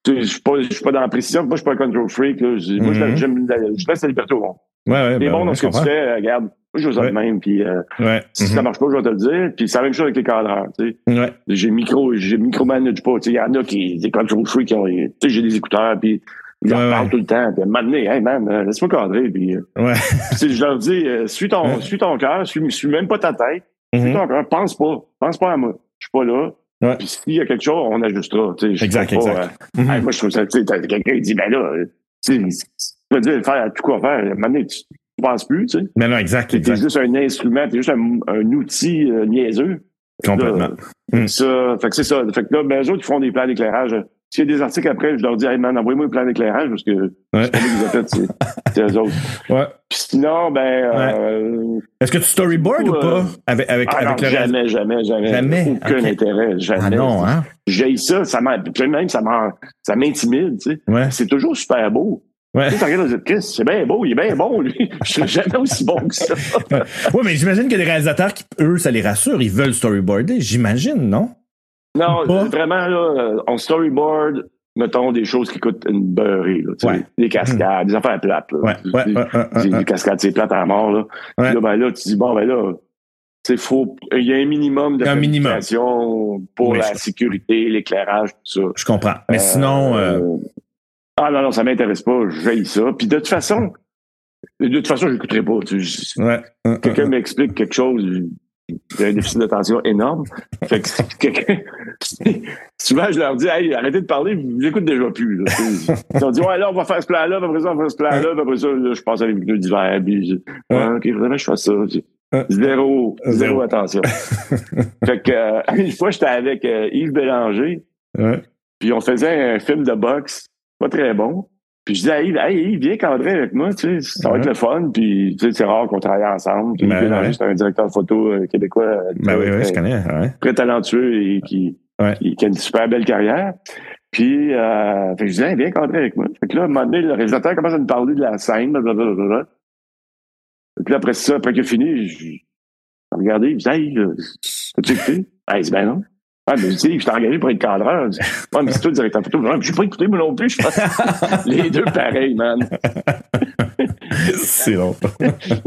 tu sais, je suis pas, je suis pas dans la précision. Moi, je suis pas un control freak, là. Je dis, Moi, Mhm. je- j'aime la- je laisse la liberté au monde. Ouais, ouais. Les ben, bons dans ouais, ce que je tu comprends. fais, euh, regarde, moi, je veux ça de Ouais. Mm-hmm. même, puis euh, Ouais. si ça marche pas, je vais te le dire. Puis c'est la même chose avec les cadreurs, tu sais. Mhm. Ouais. J'ai micro, j'ai micromanage pas, tu sais. Il y en a qui, des control freaks, qui ont, tu sais, j'ai des écouteurs, puis ils leur Ouais, parlent ouais. tout le temps. Puis à un moment donné, hey man, euh, laisse-moi cadrer, puis euh, Ouais. tu sais, je leur dis, euh, suis ton, Ouais. suis ton cœur, suis, suis même pas ta tête, suis Mhm. ton cœur, pense pas, pense pas à moi. Je suis pas là. Ouais. Puis s'il y a quelque chose, on ajustera, tu sais. Je Exact, suis pas, exact. euh, Mhm. hey, moi, je trouve ça, tu sais, t'as- quelqu'un qui dit, ben là, euh, tu sais, tu vas dire, faire à tout quoi faire, à un moment donné, tu tu penses plus, tu sais. Mais Ben non, exact, T'es t'es exact. juste un instrument, t'es juste un, un outil euh, niaiseux. Complètement. Là, Mm. Ça, fait que c'est ça. Fait que là, ben, eux autres, ils font des plans d'éclairage. S'il y a des articles après, je leur dis, hey man, envoyez-moi un plan d'éclairage parce que Ouais. c'est pas moi qui les ai fait, c'est- c'est eux autres. Ouais. Puis sinon, ben, euh, Est-ce que tu storyboard ou Euh, pas avec, avec, ah non, avec le réalisateur? jamais, jamais, jamais, Jamais? Aucun Ok. intérêt, jamais. Ah non, hein? J'ai ça, ça m'a- puis même, ça m'en- ça m'intimide, tu sais. Ouais. C'est toujours super beau. Ouais. Tu sais, tu regardes, tu dis, Chris, c'est bien beau, il est bien bon, lui. Je suis jamais aussi bon que ça. Ouais, mais j'imagine que les réalisateurs, qui, eux, ça les rassure. Ils veulent storyboarder, j'imagine, non? Non, Pas? vraiment, là, euh, on storyboard, mettons, des choses qui coûtent une beurrée. Là, tu sais, Ouais. Des cascades, des affaires plates. Là. Ouais. Ouais. Des- ouais, ouais, des, ouais, ouais. des cascades, c'est plate à mort. Là. Ouais. Puis là, ben, là, tu dis, bon, ben là, c'est faut. Il y a un minimum de Un minimum. communication pour Mais la je- sécurité, l'éclairage, tout ça. Je comprends. Mais Euh, sinon, euh, Ah non, non, ça m'intéresse pas, j'ai ça. Puis de toute façon, de toute façon, je n'écouterai pas. Tu- je- ouais. ouais, quelqu'un m'explique quelque chose, j'ai un déficit d'attention énorme. Fait que si quelqu'un- souvent, je leur dis, hey, arrêtez de parler, je vous écoute déjà plus. là. Ils ont dit, ouais, là, on va faire ce plan-là, puis après ça, on va faire ce plan-là, puis après ça, là, je passe à l'émission d'hiver. Puis je, Ah, ok, vraiment, je fais ça. Ouais. Zéro, Zéro. zéro attention. fait que, euh, une fois, j'étais avec euh, Yves Bélanger, ouais. puis on faisait un film de boxe, pas très bon. Puis je disais à Yves, hey, Yves, viens cadrer avec moi, tu sais, ça va Ouais. être le fun. Puis tu sais, c'est rare qu'on travaille ensemble. Puis Ben, Yves Bélanger, ouais. c'était un directeur photo euh, québécois euh, Ben oui, oui, très, je connais. Ouais. très talentueux et qui, Ouais. qui- qui a une super belle carrière. Puis, euh, fait que je disais, viens cadrer avec moi. Fait que là, à un moment donné, le réalisateur commence à nous parler de la scène, blablabla. Puis là, après ça, après qu'il a fini, je je regardais, il me disait, hey, euh, t'as-tu écouté? Ah, il dit, ben non. Ah, mais tu sais, je t'ai engagé pour être cadreur. Je dis, Ouais, mais c'est toi, le directeur photo. Non, mais j'ai pas écouté, moi non plus. Je pense- Les deux, pareil, man. C'est long.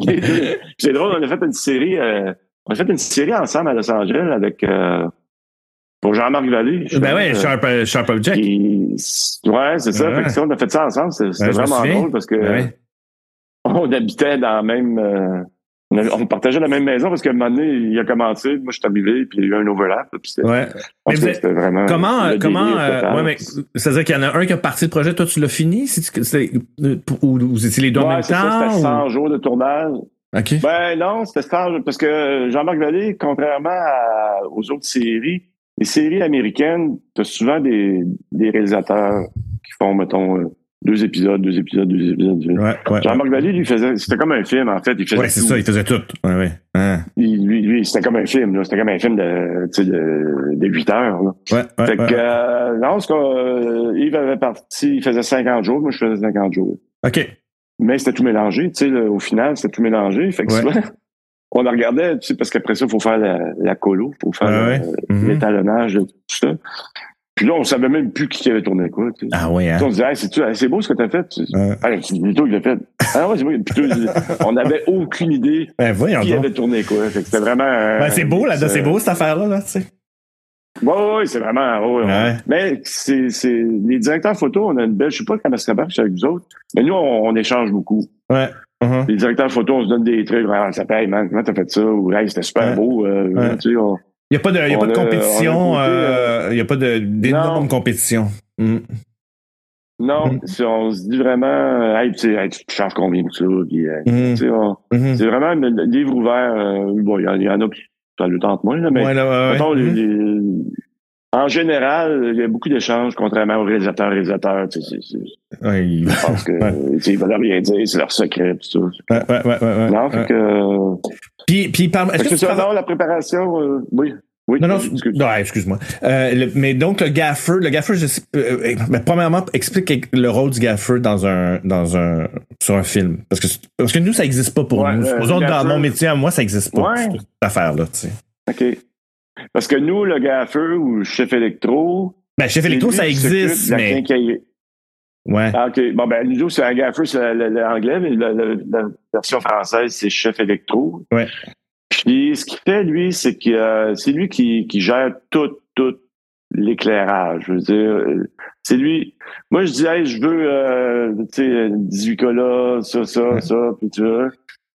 Les deux. Puis C'est drôle, on a fait une série, euh, on a fait une série ensemble à Los Angeles avec, euh, pour Jean-Marc Vallée. Ben ouais, Euh, Sharp, euh, Sharp Object. Puis, ouais, c'est ça. Ouais. Fait que ça, on a fait ça ensemble. C'était c'était Ouais, je me vraiment souviens. drôle parce que Ben ouais. on habitait dans la même. euh, on avait- on partageait la même maison parce qu'à un moment donné, il a commencé, moi je suis arrivé, puis il y a eu un overlap. Puis c'était- Ouais. en Mais tout vous cas, êtes- c'était vraiment. Comment, le euh, comment, délire euh, total. ouais, mais c'est-à-dire qu'il y en a un qui a parti le projet, toi tu l'as fini, C'est-tu que c'est- euh, pour- ou vous étiez les deux en Ouais, même c'est ça, temps c'était ou- 100 jours de tournage. Ok. Ben non, c'était 100 jours. Parce que Jean-Marc Vallée, contrairement à- aux autres séries, les séries américaines, t'as souvent des, des réalisateurs qui font, mettons, euh, deux épisodes, deux épisodes, deux épisodes. Deux épisodes. Ouais, ouais. Jean-Marc Vallée, lui, faisait. C'était comme un film, en fait. Il faisait Ouais, c'est tout. ça, il faisait tout. Ouais, ouais. Hein. Il- lui, lui, c'était comme un film, là. C'était comme un film de, tu sais, de, de 8 heures, là. Ouais, ouais, fait ouais. que, euh, non, ce qu'on- euh, Yves avait parti, il faisait 50 jours, moi, je faisais 50 jours. Ok. Mais c'était tout mélangé, tu sais, là, au final, c'était tout mélangé. Fait que Ouais. souvent, on le regardait, tu sais, parce qu'après ça, il faut faire la, la colo, faut faire Ah ouais. le- Mhm. l'étalonnage de tout ça. Puis là, on savait même plus qui avait tourné quoi, tu sais. Ah ouais, hein. Puis On se disait, Hey, c'est-tu- hey, c'est beau ce que t'as fait. Ouais. Ah, c'est Vito qui l'a fait. Ah ouais, c'est moi. Puis tout, on n'avait aucune idée Ben voyons qui donc. avait tourné quoi. Fait que c'était vraiment. euh, Ben, c'est beau là, euh, c'est beau cette affaire-là, là, tu sais. Oui, oui, c'est vraiment. ouais, ouais. Ouais. Mais c'est, c'est, les directeurs photo, on a une belle. Je sais pas comment ça marche avec vous autres, mais nous, on, on échange beaucoup. Ouais. Mhm. Les directeurs photo, on se donne des trucs. Ah, ça paye, man, comment t'as fait ça? Ou, hey, c'était super Ouais. beau. euh, Ouais. tu sais, on- Il n'y a pas de, il y a On pas de a- on compétition, a euh, goûté, il n'y a pas de- d'énorme Non. compétition. Mhm. Non, Mhm. c'est- on se dit vraiment, euh, hey, tu sais, hey, tu charges combien pour ça? Puis, euh, Mhm. tu sais, on- Mhm. c'est vraiment un livre ouvert. euh, bon, il y, en- il y en a qui, ça le tente moins, là, mais Ouais, là, ouais, ouais. Mettons, les- Mhm. les- en général, il y a beaucoup d'échanges, contrairement aux réalisateurs, réalisateurs. tu sais, c'est- c'est- Ouais, il- Je pense que tu sais, ils veulent rien dire, c'est leur secret, pis tout ça. ouais, ouais, ouais, ouais, ouais. Non, fait Ouais. que. euh, Puis, puis parle- fait est-ce que que tu c'est ça, travailles- non, la préparation, euh, oui. Oui, Non, non, excuse. non, ouais, excuse-moi. Euh, le- mais donc, le gaffeur, le gaffeur, je sais- euh, euh, mais premièrement, explique le rôle du gaffeur dans un, dans un, sur un film. Parce que, parce que nous, ça n'existe pas pour Ouais, nous. euh, le Supposons, dans gaffeur- mon métier, à moi, ça n'existe pas, Ouais. cette affaire-là, tu sais. OK. Parce que nous, le gars à feu ou le chef électro. Ben, chef c'est électro, lui ça qui s'occupe existe, de la mais, quincaillerie. ouais. Ah, OK. Bon, ben, nous, autres, c'est un gars à feu, c'est le- le- l'anglais, mais la, la- la version française, c'est chef électro. Ouais. Puis, ce qu'il fait, lui, c'est que euh, c'est lui qui, qui gère tout, tout l'éclairage. Je veux dire, euh, c'est lui. Moi, je dis, hey, je veux, euh, tu sais, 18 colas, ça, ça, ça, puis tu vois.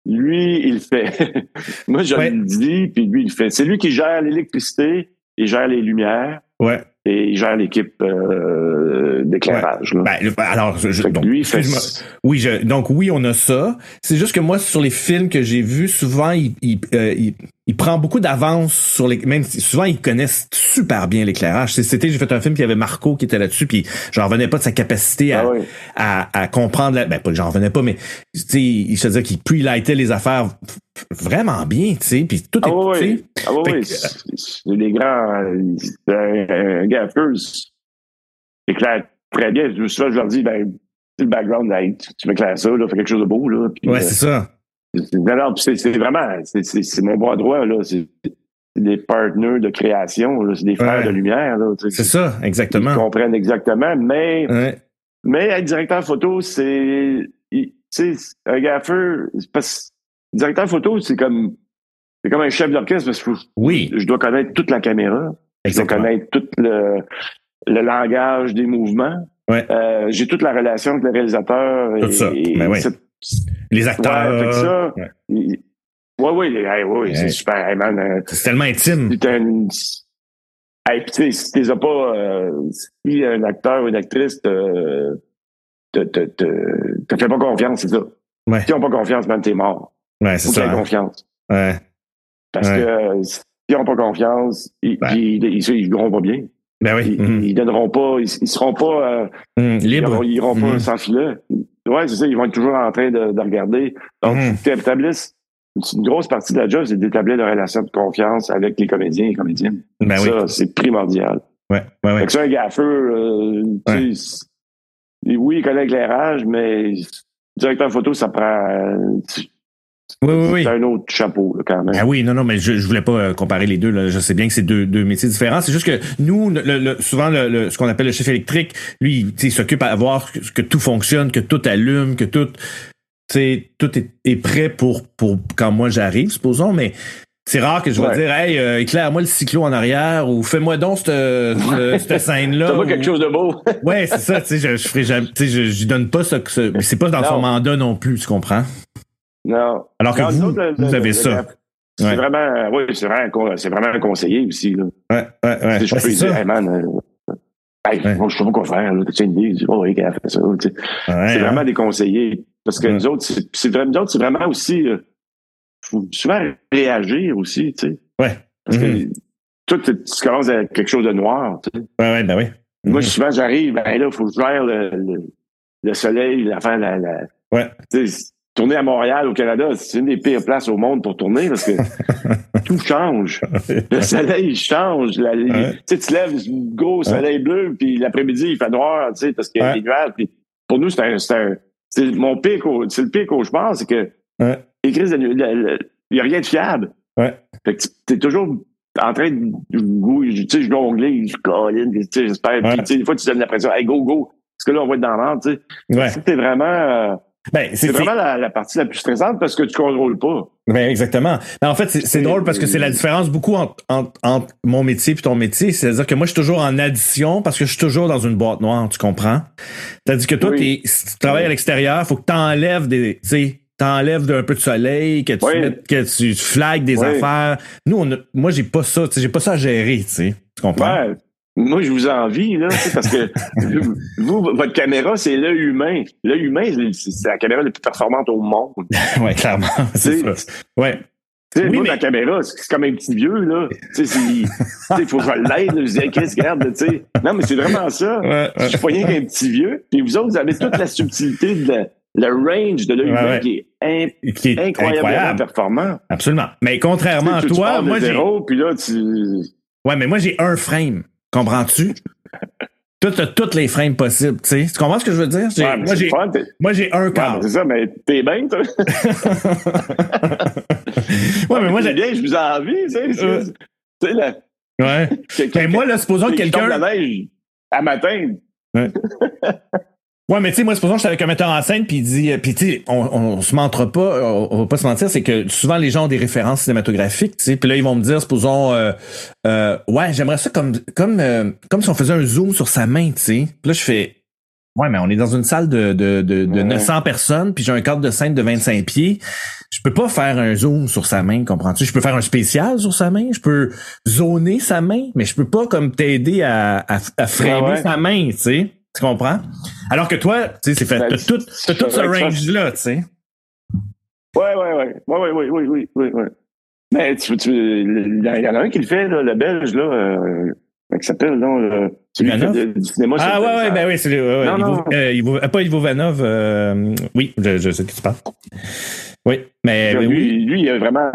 Lui, il le fait. Moi, je Ouais. le dis, puis lui, il le fait. C'est lui qui gère l'électricité, il gère les lumières Ouais. et il gère l'équipe euh, d'éclairage. là. Ben, le- alors, je- je- Fait que donc, lui, il fait excuse-moi. Oui, je, donc oui, on a ça. C'est juste que moi, sur les films que j'ai vus, souvent, il, il, euh, il- il prend beaucoup d'avance sur les. Même si- souvent, ils connaissent super bien l'éclairage. C'est- C'était, j'ai fait un film qui avait Marco qui était là-dessus, puis j'en revenais pas de sa capacité à, Ah oui. à, à comprendre. La, ben, pas que j'en revenais pas, mais tu sais, il se disait qu'il pre-lightait les affaires vraiment bien, tu sais, puis tout est. Ah oui, tu sais, oui. Ah oui, Fait oui. que- euh, C'est- c'est Les grands, euh, c'est un, un gars à feu, c'est clair, très bien. Je me souviens, je leur dis, ben, c'est le background, là, tu- tu m'éclaires ça, là, fais quelque chose de beau, là. Puis, Ouais, euh, c'est ça. c'est- non, non, puis c'est c'est vraiment, c'est- c'est c'est mon bras droit, là. C'est c'est des partenaires de création, là. C'est des frères Ouais. de lumière, là. tu sais. C'est ça, Ils exactement. comprennent exactement, mais Ouais. mais être directeur photo, c'est. il- Tu sais, un gaffeur. c'est Parce directeur photo, c'est comme. C'est comme un chef d'orchestre parce que je- Oui, je dois connaître toute la caméra. Je dois exactement. connaître tout le, le langage des mouvements. Ouais. Euh, J'ai toute la relation avec le réalisateur. Tout ça, Et, mais oui. cette- Les ouais, fait que acteurs. ça. ouais. il- Ouais, ouais, les- hey, ouais, Ouais. c'est super. Hey, man, euh, C'est tellement intime. si t'as une- Hey, puis tu sais, si t'es pas, euh, si un acteur ou une actrice te, te, te, te, te fait pas confiance, c'est ça. Ouais. Si ils ont pas confiance, même t'es mort. Ouais, c'est Faut qu'ils aient ça. hein. confiance. Ouais. Parce Ouais. que euh, s'ils ont pas confiance, ils, Ben. ils, ils, ils, ils joueront pas bien. Ben oui. Ils, Mhm. ils donneront pas, ils, ils seront pas, euh, Mhm. ils Libre. auront- ils iront Mhm. pas sans filet. Ouais, c'est ça, ils vont être toujours en train de, de regarder. Donc, Mhm. tu établisses, une grosse partie de la job, c'est d'établir une relation de confiance avec les comédiens et les comédiennes. Ben oui. ça, c'est primordial. Ouais, ouais, ouais. Fait que ça, un gaffeux, euh, tu sais, c'est- oui, il connaît l'éclairage, mais directeur photo, ça prend euh, Oui, oui, oui. c'est un autre chapeau là, quand même. Ah oui, non, non, mais je, je voulais pas euh, comparer les deux. Là. Je sais bien que c'est deux, deux métiers différents. C'est juste que nous, le- le- souvent, le, le- ce qu'on appelle le chef électrique, lui, il, tu sais, il s'occupe à voir que, que tout fonctionne, que tout allume, que tout, tu sais, tout est, est prêt pour, pour quand moi j'arrive, supposons, mais c'est rare que je vais Ouais. dire, hey, euh, éclaire-moi le cyclo en arrière ou fais-moi donc cette, cette, cette scène-là. T'as pas ou- quelque chose de beau. Ouais, c'est ça, tu sais, je, je ferai jamais, tu sais, je, je donne pas ça que ce, mais c'est pas dans son Non. mandat non plus, tu comprends? non. Alors que Non, vous, nous autres, le- vous le- avez le- ça. C'est Ouais. vraiment, euh, oui, c'est vraiment, un con- c'est vraiment un conseiller aussi. Là. Ouais, ouais, ouais. Tu sais, Ouais, je peux c'est lui dire, ça. hey man, euh, hey, Ouais. moi, je sais pas quoi faire. là. T'as-tu une idée? Je dis, oh, oui, qu'elle a fait ça. tu sais. Ouais, c'est hein. vraiment des conseillers. Parce que Ouais. nous autres, c'est, c'est vraiment, nous autres, c'est vraiment aussi. euh, faut souvent réagir aussi, tu sais. Ouais. Parce Mhm. que toi, tu tu commences à quelque chose de noir. tu sais. Ouais, ouais, ben oui. Moi, Mhm. souvent, j'arrive, ben là, il faut que je gère le, le, le soleil, la, enfin, la, la, Ouais. tu sais, tourner à Montréal, au Canada, c'est une des pires places au monde pour tourner parce que tout change. Le soleil change. La- Ouais. Tu sais, tu lèves du gros soleil bleu, puis l'après-midi, il fait noir, tu sais, parce qu'il y a Ouais. des nuages. Puis pour nous, c'est un, c'est un- c'est mon pire, cau- c'est le pire cauchemar, c'est que Ouais. les crises de nu- la- la- il n'y a rien de fiable. Ouais. Fait que tu es toujours en train de gouiller, tu sais, je jonglais, je colline, tu sais, j'espère. Puis, Ouais. tu sais, des fois, tu donnes la pression, hey, go, go, parce que là, on va être dans l'ordre, tu sais. Ouais. C'était vraiment. euh, Ben, c'est c'est vraiment la, la partie la plus stressante parce que tu contrôles pas. ben, exactement. Ben, en fait, c'est- c'est drôle parce que euh, c'est la différence beaucoup entre, entre, entre mon métier puis ton métier. C'est-à-dire que moi, je suis toujours en addition parce que je suis toujours dans une boîte noire, tu comprends? C'est-à-dire que toi, Oui. t'es- si tu travailles à l'extérieur, faut que t'enlèves des, tu sais, t'enlèves d'un peu de soleil, que tu, Oui. mettes- que tu flagues des Oui. affaires. Nous, on a- moi, j'ai pas ça, tu sais, j'ai pas ça à gérer, tu sais. Tu comprends? Ouais. Moi, je vous envie, là, tu sais, parce que vous, votre caméra, c'est l'œil humain. L'œil humain, c'est c'est la caméra la plus performante au monde. Tu ouais, clairement. C'est sais, ça. Ouais. tu sais, Oui, moi, mais- ma caméra, c'est c'est comme un petit vieux, là. Tu sais, c'est- tu sais, il faut que je l'aide, là, je dis, Hey, Chris, regarde, là, tu sais. Non, mais c'est vraiment ça. Ouais, Je ouais. suis pas rien qu'un petit vieux. Puis vous autres, vous avez toute la subtilité de la- le range de l'œil Ouais, humain ouais. qui est Qui est in- incroyablement incroyable. performant. Absolument. Mais contrairement à Tu sais, tu toi, pars de moi, j'ai. zéro, puis là, tu... Ouais, mais moi, j'ai un frame. Comprends-tu? Toi, t'as toutes les frames possibles, tu sais. Tu comprends ce que je veux dire? J'ai- Ouais, mais moi, c'est j'ai, le fun, t'es- moi, j'ai un Ouais, mais quart. c'est ça, mais t'es bien, toi. ouais, mais moi, T'es j'ai. bien, je vous en envie, tu sais. Euh. c'est- Tu sais, là, Ouais. quelqu'un Mais moi, là, supposons que qui tombe quelqu'un. la neige à matin. Ouais, mais tu sais, moi, supposons que j'étais avec un metteur en scène, puis il dit. euh, Puis, tu sais, on, on, se mentre pas, on, on va pas se mentir, c'est que souvent, les gens ont des références cinématographiques, tu sais. Puis là, ils vont me dire, supposons, euh, euh, ouais, j'aimerais ça comme, comme, euh, comme si on faisait un zoom sur sa main, tu sais. Puis là, je fais. Ouais, mais on est dans une salle de, de, de, de Ouais. 900 personnes, puis j'ai un cadre de scène de 25 pieds. Je peux pas faire un zoom sur sa main, comprends-tu? Je peux faire un spécial sur sa main, je peux zoner sa main, mais je peux pas comme t'aider à, à, à framer Ah Ouais, ouais. sa main, tu sais? Tu comprends? Alors que toi, tu sais, c'est fait, Ben, t'as tout, t'as tout ce c'est vrai que ça- range-là, tu sais. Ouais, ouais, ouais. Ouais, ouais, ouais, oui, oui, oui, oui. Mais tu, tu, il y en a un qui le fait, là, le belge, là, euh, comment il s'appelle, non, le- celui qui fait Ivanov? de- du cinéma. Ah sur- ouais, ouais, ben oui, c'est le, ouais, ouais, Non, Ivo- non. euh, Ivo- euh, pas Ivo Vanov, euh, oui, je, je sais de qui tu parles. Oui, mais, mais lui, ben oui, lui, il a vraiment,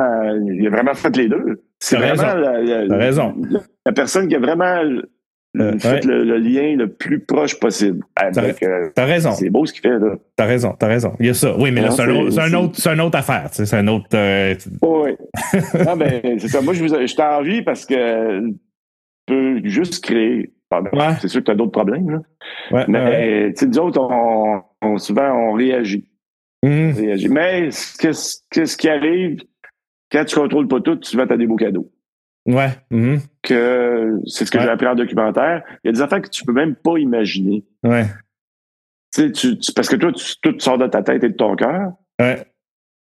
il a vraiment fait les deux. C'est T'as vraiment la, la- t'as raison. la personne qui a vraiment Euh, fait ouais. le, le lien le plus proche possible avec. euh, T'as raison. c'est beau ce qu'il fait, là. T'as raison, t'as raison. Il y a ça. Oui, mais là, Non, c'est un, c'est- autre- c'est un c'est- autre, c'est une autre affaire. tu sais, C'est un autre. euh, Oui. non, ben, c'est ça. Moi, je, vous, je t'envie parce que tu peux juste créer. Pardon. Ouais. C'est sûr que tu as d'autres problèmes, là. ouais, Mais, ouais. tu sais, nous autres, on, on- souvent, on réagit. Mhm. on réagit. Mais ce que- ce que- ce qui arrive, quand tu contrôles pas tout, souvent, tu as des beaux cadeaux. Ouais. mhm. Que, c'est ce que Ouais. j'ai appris en documentaire. Il y a des affaires que tu peux même pas imaginer. Ouais. Tu sais, tu- tu- parce que toi, tu, tout sort de ta tête et de ton cœur. Ouais.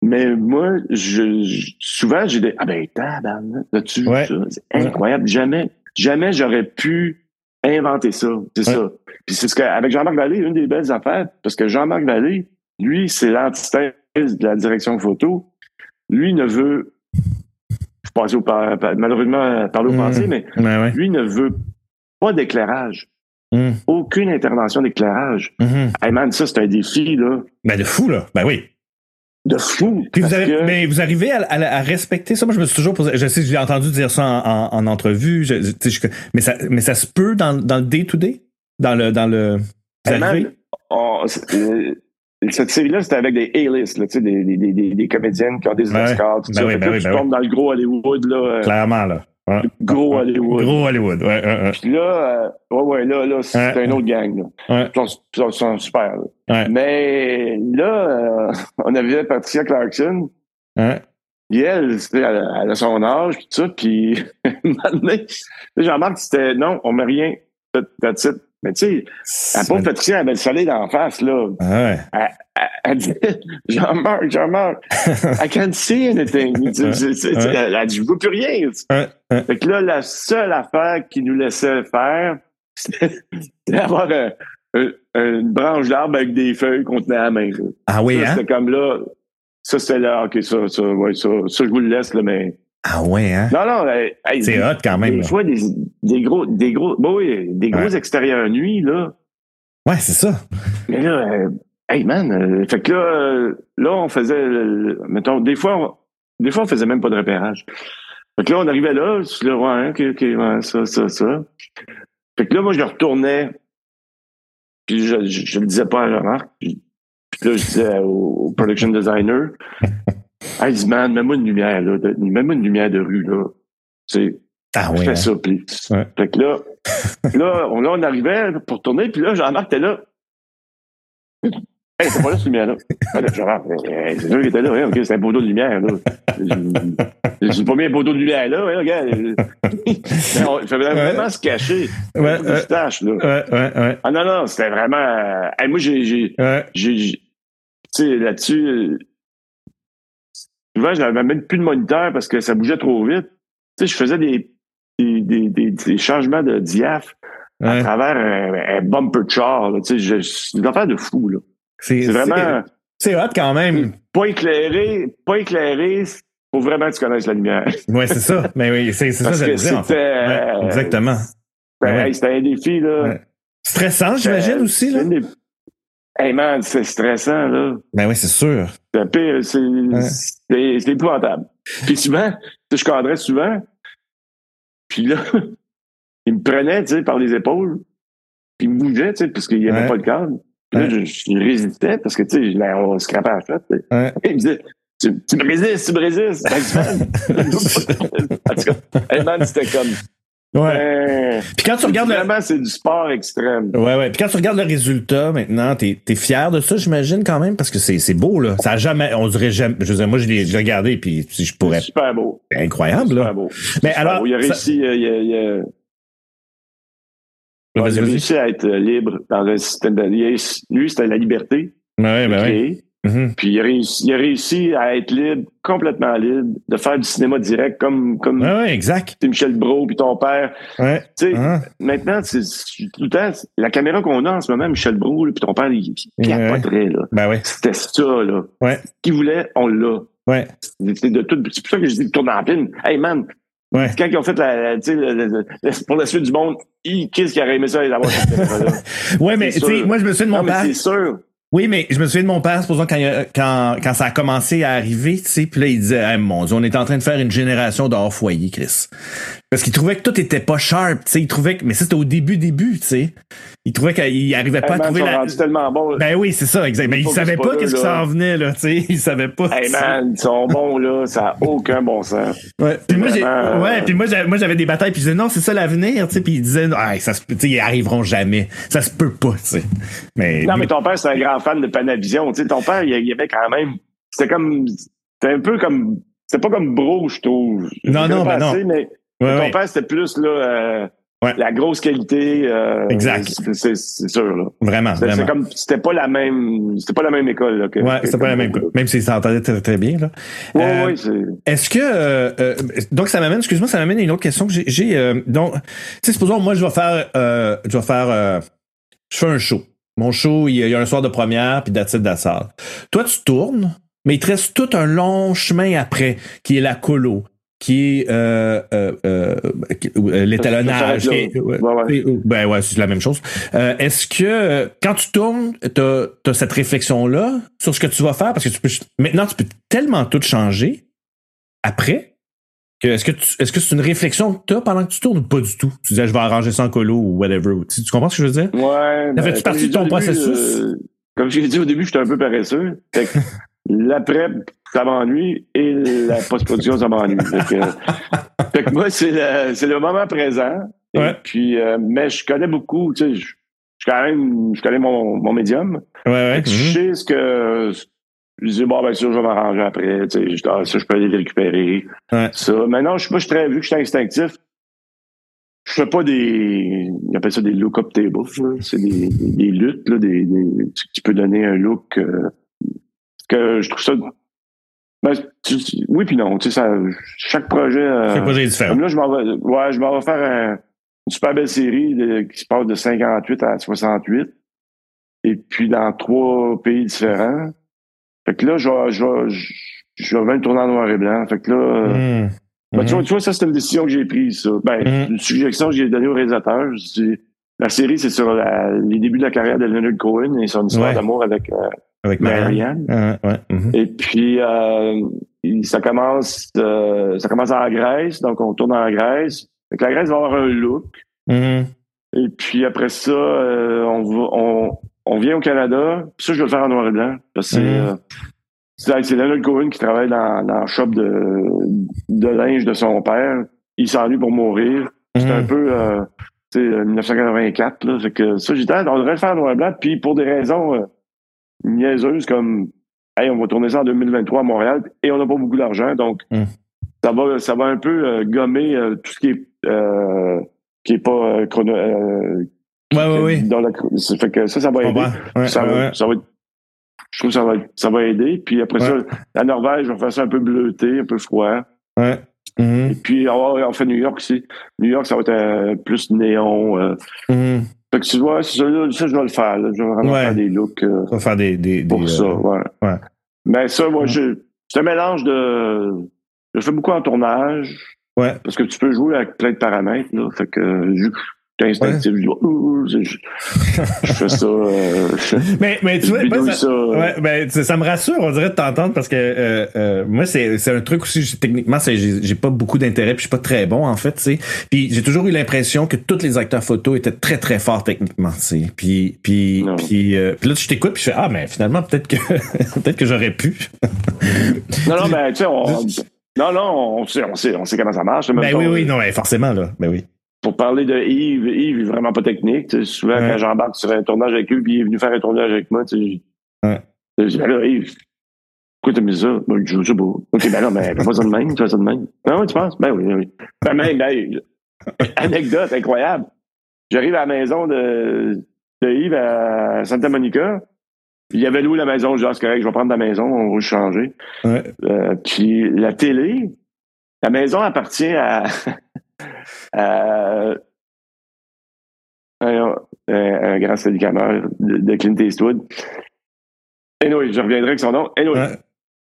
Mais moi, je, je- souvent, j'ai des. Ah ben, tabarnak, as-tu vu Ouais. ça? C'est incroyable. Jamais, jamais j'aurais pu inventer ça. C'est Ouais. ça. Puis c'est ce que, avec Jean-Marc Vallée, une des belles affaires, parce que Jean-Marc Vallée, lui, c'est l'antithèse de la direction photo. Lui ne veut. Je passe au par- par- malheureusement parler au Mhm. passé, mais Ouais, ouais. lui ne veut pas d'éclairage. Mhm. Aucune intervention d'éclairage. Mhm. Hey man, ça, c'est un défi, là. Ben, de fou, là. Ben oui. de fou. Puis vous parce avez- que- Mais vous arrivez à, à- à respecter ça. Moi, je me suis toujours posé. Je sais, j'ai entendu dire ça en, en- en entrevue. je- tu sais, je- mais, ça, mais ça se peut dans, dans le day-to-day? Dans le. Dans le vous Vraiment, arrivez? on- euh, cette série-là, c'était avec des A-list, là, tu sais, des, des, des- des, des comédiennes qui ont des Ben ouais. Oscars, tout Ben ça. oui, Fait que ben là, oui, tu ben tombes dans le gros Hollywood, là, euh, Clairement, là. Ouais. gros Hollywood. Gros Hollywood. Ouais, ouais, ouais. Puis là, euh, ouais, ouais, là, là, c'est Ouais. un autre gang. Là. Ouais. Ils sont- Ils sont, ils sont super. là. Ouais. Mais là, euh, on avait Patricia Clarkson. Ouais. Puis elle, tu sais, elle, a- elle a son âge, puis tout ça. Puis, un moment donné, là, Jean-Marc, c'était non, on met rien. That's it. Mais tu sais, la pauvre Patricia, elle avait le soleil d'en face, là. Ah Ouais. Elle dit, Jean-Marc, Jean-Marc, I can't see anything. Tu sais, tu sais, tu sais, Elle a dit, je vois plus rien. Ouais, ouais. Fait que là, la seule affaire qui nous laissait faire, c'était d'avoir un- un- une branche d'arbre avec des feuilles qu'on tenait à la main. là. Ah Ça, oui, hein? C'était comme là, ça c'était là, ok, ça, ça, ouais, ça, ça, je vous le laisse, là, mais. Ah ouais, hein? Non, non, hey, hey, C'est hot quand même. Des là. fois, des, des gros, des gros, bah oui, des gros Ouais. extérieurs nuit, là. Ouais, c'est ça. Mais là, euh, hey man, euh, fait que là, euh, là, on faisait, euh, mettons, des fois, on, des fois, on faisait même pas de repérage. Fait que là, on arrivait là, je le ouais, ok, ok, ouais, ça, ça, ça. Fait que là, moi, je le retournais, puis je, je, je le disais pas à Jean-Marc, puis, puis là, je disais au, au production designer, hey, dis, man, mets-moi une lumière, là, de- mets-moi une lumière de rue, là. Tu sais, Ah je ouais. fais hein? ça, puis. Ouais. Fait que là, là, on, là, on arrivait pour tourner, puis là, Jean-Marc était là. Hey, c'est pas là cette lumière-là. Ah, là, Jean-Marc, euh, c'est sûr qu'il était là, ouais, ok, c'est un poteau de lumière, là. J'ai- J'ai pas mis un poteau de lumière, là, ouais, regarde. Mais on- Il fallait vraiment se cacher. Ouais, euh, Pas de ouais, moustache, là. ouais, ouais, ouais. Ah non, non, c'était vraiment. euh, hey, moi, j'ai- j'ai. ouais. j'ai- j'ai- Tu sais, là-dessus. euh, Souvent, je n'avais même plus de moniteur parce que ça bougeait trop vite. Tu sais, je faisais des, des, des, des- des changements de diaph à ouais. travers un, un bumper de char. là. Tu sais, je- C'est une affaire de fou. là. C'est C'est vraiment C'est c'est hot quand même. pas éclairé, pas éclairé. Faut vraiment que tu connaisses la lumière. Ouais, c'est ça. Mais oui, c'est c'est ça Parce que j'allais que dire, en fait. c'était euh, Ouais, exactement. c'était- Ouais. hey, c'était un défi. Là. Ouais. Stressant, C'était- j'imagine aussi. Là. Euh, c'est une des- Hey man, c'est stressant. là. Ben oui, c'est sûr. C'est pire, c'est c'est- c'est épouvantable. Puis souvent, je cadrais souvent, puis là, il me prenait, tu sais, par les épaules, puis il me bougeait, tu sais, parce qu'il n'y avait Ouais. pas de cadre. Puis là, Ouais. je, je résistais, parce que, tu sais, je- ben, on se crapait à la tête. tu sais. Ouais. Il me disait, tu, tu me résistes, tu me résistes. Ben, je- en tout cas, hey, man, c'était comme... Ouais. euh, Puis quand tu regardes le... Vraiment, c'est du sport extrême. Ouais, ouais. Puis quand tu regardes le résultat maintenant, t'es es fier de ça, j'imagine, quand même, parce que c'est c'est beau, là. Ça a jamais, on dirait jamais. Je veux dire, moi, je l'ai je l'ai regardé, puis si je pourrais. Super beau. C'est incroyable, Super là. beau. Mais Super alors. beau. Il a ça- réussi... euh, il a- il a- Vas-y, Il a vas-y. réussi à être euh, libre dans un système de. il a- Lui, c'était la liberté. Ouais, ben ouais. créée. Mhm. Puis il a, réussi, il a réussi à être libre, complètement libre, de faire du cinéma direct comme, comme Ouais, ouais, exact. t'es Michel Brault puis ton père. Ouais. Tu sais, Hein? maintenant, c'est c'est tout le temps, c'est- la caméra qu'on a en ce moment, Michel Brault là, puis ton père, il, Ouais. il capoterait, là. Ben ouais. C'était ça, là. Ouais. Ce qu'il voulait, on l'a. Ouais. C'est de tout. C'est pour ça que je dis tourne en film. Hey man, Ouais. quand ils ont fait la, la- tu sais, le- le- le- pour la suite du monde, il, qu'est-ce qui aurait aimé ça d'avoir cette caméra-là? Ouais, mais tu C'est sais, sûr. moi, je me souviens de Non, mon mais père. c'est sûr. Oui, mais je me souviens de mon père, supposons, quand, il a- quand, quand ça a commencé à arriver, tu sais, puis là, il disait, hey, mon Dieu, on est en train de faire une génération d'hors foyer, Chris. Parce qu'il trouvait que tout était pas sharp, tu sais, il trouvait que, mais ça, c'était au début, début, tu sais. Il trouvait qu'il arrivait pas Hey, à man, ils trouver sont la... rendus tellement bons. Ben oui, c'est ça, exact. Mais il Faut que savait c'est pas pas qu'est-ce eux, qui là. s'en venait, là, tu sais. Il savait pas. Hey man, ils sont bons là, ça n'a aucun bon sens. Ouais. Puis moi, j'ai- Vraiment, euh, ouais, puis moi, j'avais, moi, j'avais des batailles, puis je disais, non, c'est ça l'avenir, tu sais. Puis il disait, ah, ça se peut, tu sais, ils arriveront jamais. Ça se peut pas, tu sais. Mais. Non, mais ton père, c'est un grand fan de Panavision. Tu sais, ton père, il il y avait quand même. C'était comme. C'était un peu comme. C'était pas comme bro, je trouve. Je Non, le non, connais ben pas assez, mais Ouais, ton ouais. père, c'était plus là, euh, Ouais. la grosse qualité. euh, Exact. c'est- C'est c'est sûr, là. Vraiment, C'est- vraiment. C'est comme. C'était pas la même. C'était pas la même école, là. que- Ouais, que- c'était pas la même chose. Même si ça s'entendait très, très bien. Là. Ouais, Euh, ouais, c'est. Est-ce que euh, euh, donc ça m'amène, excuse-moi, ça m'amène à une autre question que j'ai. j'ai, euh, donc, tu sais, supposons moi je vais faire, euh, je vais faire, euh, je fais un show. Mon show, il y a- il y a un soir de première puis d'attitude de la salle. Toi, tu tournes, mais il te reste tout un long chemin après qui est la colo. qui est euh, euh, euh, l'étalonnage. Ça s'arrête qui est- ouais, Ouais, ouais. Ben ouais, c'est la même chose. Euh, Est-ce que euh, quand tu tournes, t'as as cette réflexion là sur ce que tu vas faire parce que tu peux maintenant tu peux tellement tout changer après. que Est-ce que tu- est-ce que c'est une réflexion que t'as pendant que tu tournes ou pas du tout? Tu disais je vais arranger ça en colo ou whatever. Tu, tu comprends ce que je veux dire? Ouais. ben, Ça fait-tu comme partie j'ai de dit ton au processus? euh, comme je l'ai dit au début, j'étais un peu paresseux. Fait que la prep, ça m'ennuie et la post-production, ça m'ennuie. Fait que- euh, fait que moi, c'est le, c'est le moment présent. Et Ouais. puis, euh, mais je connais beaucoup, tu sais, je, je quand même, je connais mon, mon médium. Ouais, ouais. Mhm. Je Ben, sais ce que. Je dis, bon, bien sûr, je vais m'arranger après. Tu sais, je- ah, ça, je peux aller le récupérer. Ouais. Ça. Maintenant, je, moi, je suis très, vu que je suis instinctif, je fais pas des. Ils appellent ça des look-up tables. là. C'est des, des, des luttes, là, des, des- tu, tu peux donner un look. euh, que je trouve ça. Ben, tu- tu- oui, puis non. Tu sais, ça, chaque projet. euh, Chaque projet est différent. comme là, je m'en vais, ouais, je m'en vais faire un- une super belle série de- qui se passe de 58 à 68. Et puis dans trois pays différents. Fait que là, je vais, je vais, je, je vais même tourner en noir et blanc. Fait que là, euh, Mhm. ben, tu, vois, tu vois, ça, c'est une décision que j'ai prise, ça. Ben, Mhm. une suggestion que j'ai donnée au réalisateur. Je dis, la série, c'est sur la- les débuts de la carrière de Leonard Cohen et son histoire Ouais. d'amour avec euh, Avec Marianne. Marianne. Ah, ouais. mhm. Et puis, euh, il- ça commence euh, ça commence en Grèce, donc on tourne en Grèce. Fait que la Grèce va avoir un look. Mhm. Et puis après ça, euh, on, va- on, on vient au Canada. Puis ça, je vais le faire en noir et blanc. Parce que c'est, Mhm. euh, c'est c'est Leonard Cohen qui travaille dans, dans le shop de, de linge de son père. Il s'ennuie pour mourir. C'est un Mhm. peu euh, tu sais, 1984. Là, fait que ça, j'étais, ah, on devrait le faire en noir et blanc. Puis pour des raisons euh, niaiseuses comme Hey, on va tourner ça en 2023 à Montréal et on n'a pas beaucoup d'argent. Donc Mm. ça va ça va un peu euh, gommer euh, tout ce qui est euh, qui est pas euh, chrono- euh, Ouais, ouais, ouais. dans la chro- ça fait que ça, ça va Je aider. comprends. Ouais, ça, ouais, va, ouais. ça va être- je trouve que ça va, être- ça va aider. Puis après ça, la Norvège, on va faire ça un peu bleuté, un peu froid. Ouais. Mhm. Et puis, ah on, va- on fait New York aussi. New York, ça va être euh, plus néon. euh, Mhm. fait que tu vois, ça, là, ça, je dois le faire. là. Je vais vraiment Ouais. faire des looks euh, On va faire des. des, des, pour euh, ça. ouais. ouais. Mais ça, moi, Ouais. je- c'est un mélange de. Je fais beaucoup en tournage Ouais. parce que tu peux jouer avec plein de paramètres. Là, fait que euh, vu que je suis instinctif, je, dis, Ouh, je, je- je fais ça. euh, je, Mais, mais tu vois, bidouille moi, ça- ça. euh, Ouais, ben, tu- ça me rassure, on dirait de t'entendre parce que euh, euh, moi, c'est c'est un truc aussi, j'ai- techniquement, c'est- j'ai j'ai pas beaucoup d'intérêt, puis je suis pas très bon, en fait, tu sais. Puis j'ai toujours eu l'impression que tous les acteurs photo étaient très, très forts techniquement, tu sais. Puis, puis, Non. puis, euh, puis là, je t'écoute, puis je fais, ah, mais finalement, peut-être que, peut-être que j'aurais pu. Non, non, ben, tu sais, on. Non, non, on sait, on sait, on sait comment ça marche. Même Ben ton- oui, oui, non, ben, forcément, là. Ben oui. Pour parler de Yves, Yves est vraiment pas technique. tu sais, souvent, Ouais. quand j'embarque sur un tournage avec lui, puis il est venu faire un tournage avec moi, tu sais, Ouais. je dis, ben là, Yves, pourquoi t'as mis ça? Ben, je sais pas. OK, ben non, mais fais pas ça de même, tu fais ça de même. Ben oui, tu penses? Ben oui, ben oui. Ben même, ben, anecdote incroyable. J'arrive à la maison de, de Yves à Santa Monica. puis Il avait loué la maison. Je dis, ah, c'est correct, je vais prendre ta maison, on va changer. Ouais. Euh, puis la télé, la maison appartient à, à un, un- un grand sédicameur de, de Clint Eastwood. Anyway, je reviendrai avec son nom. Anyway, Ouais.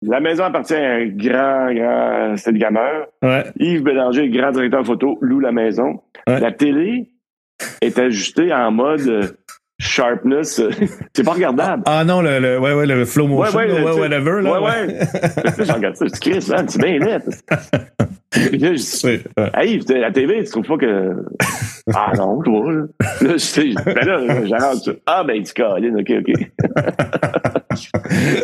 La maison appartient à un grand, grand sédicameur. Ouais. Yves Bélanger, grand directeur photo, loue la maison. Ouais. La télé est ajustée en mode euh, sharpness. C'est pas regardable. Ah non, le, le, ouais, ouais, le flow motion, ouais, là, le- ouais, whatever, là. ouais, Là, je regarde ça, je dis, Chris, man, c'est bien laid. Puis là, je dis, Ouais. Ouais. Hey, Yves, t'es- la TV, tu trouves pas que. Ah non, tu vois, là. Là, je sais, ben là, j'arrête ça. Ah, ben, tu Colin, ok, ok. Ça,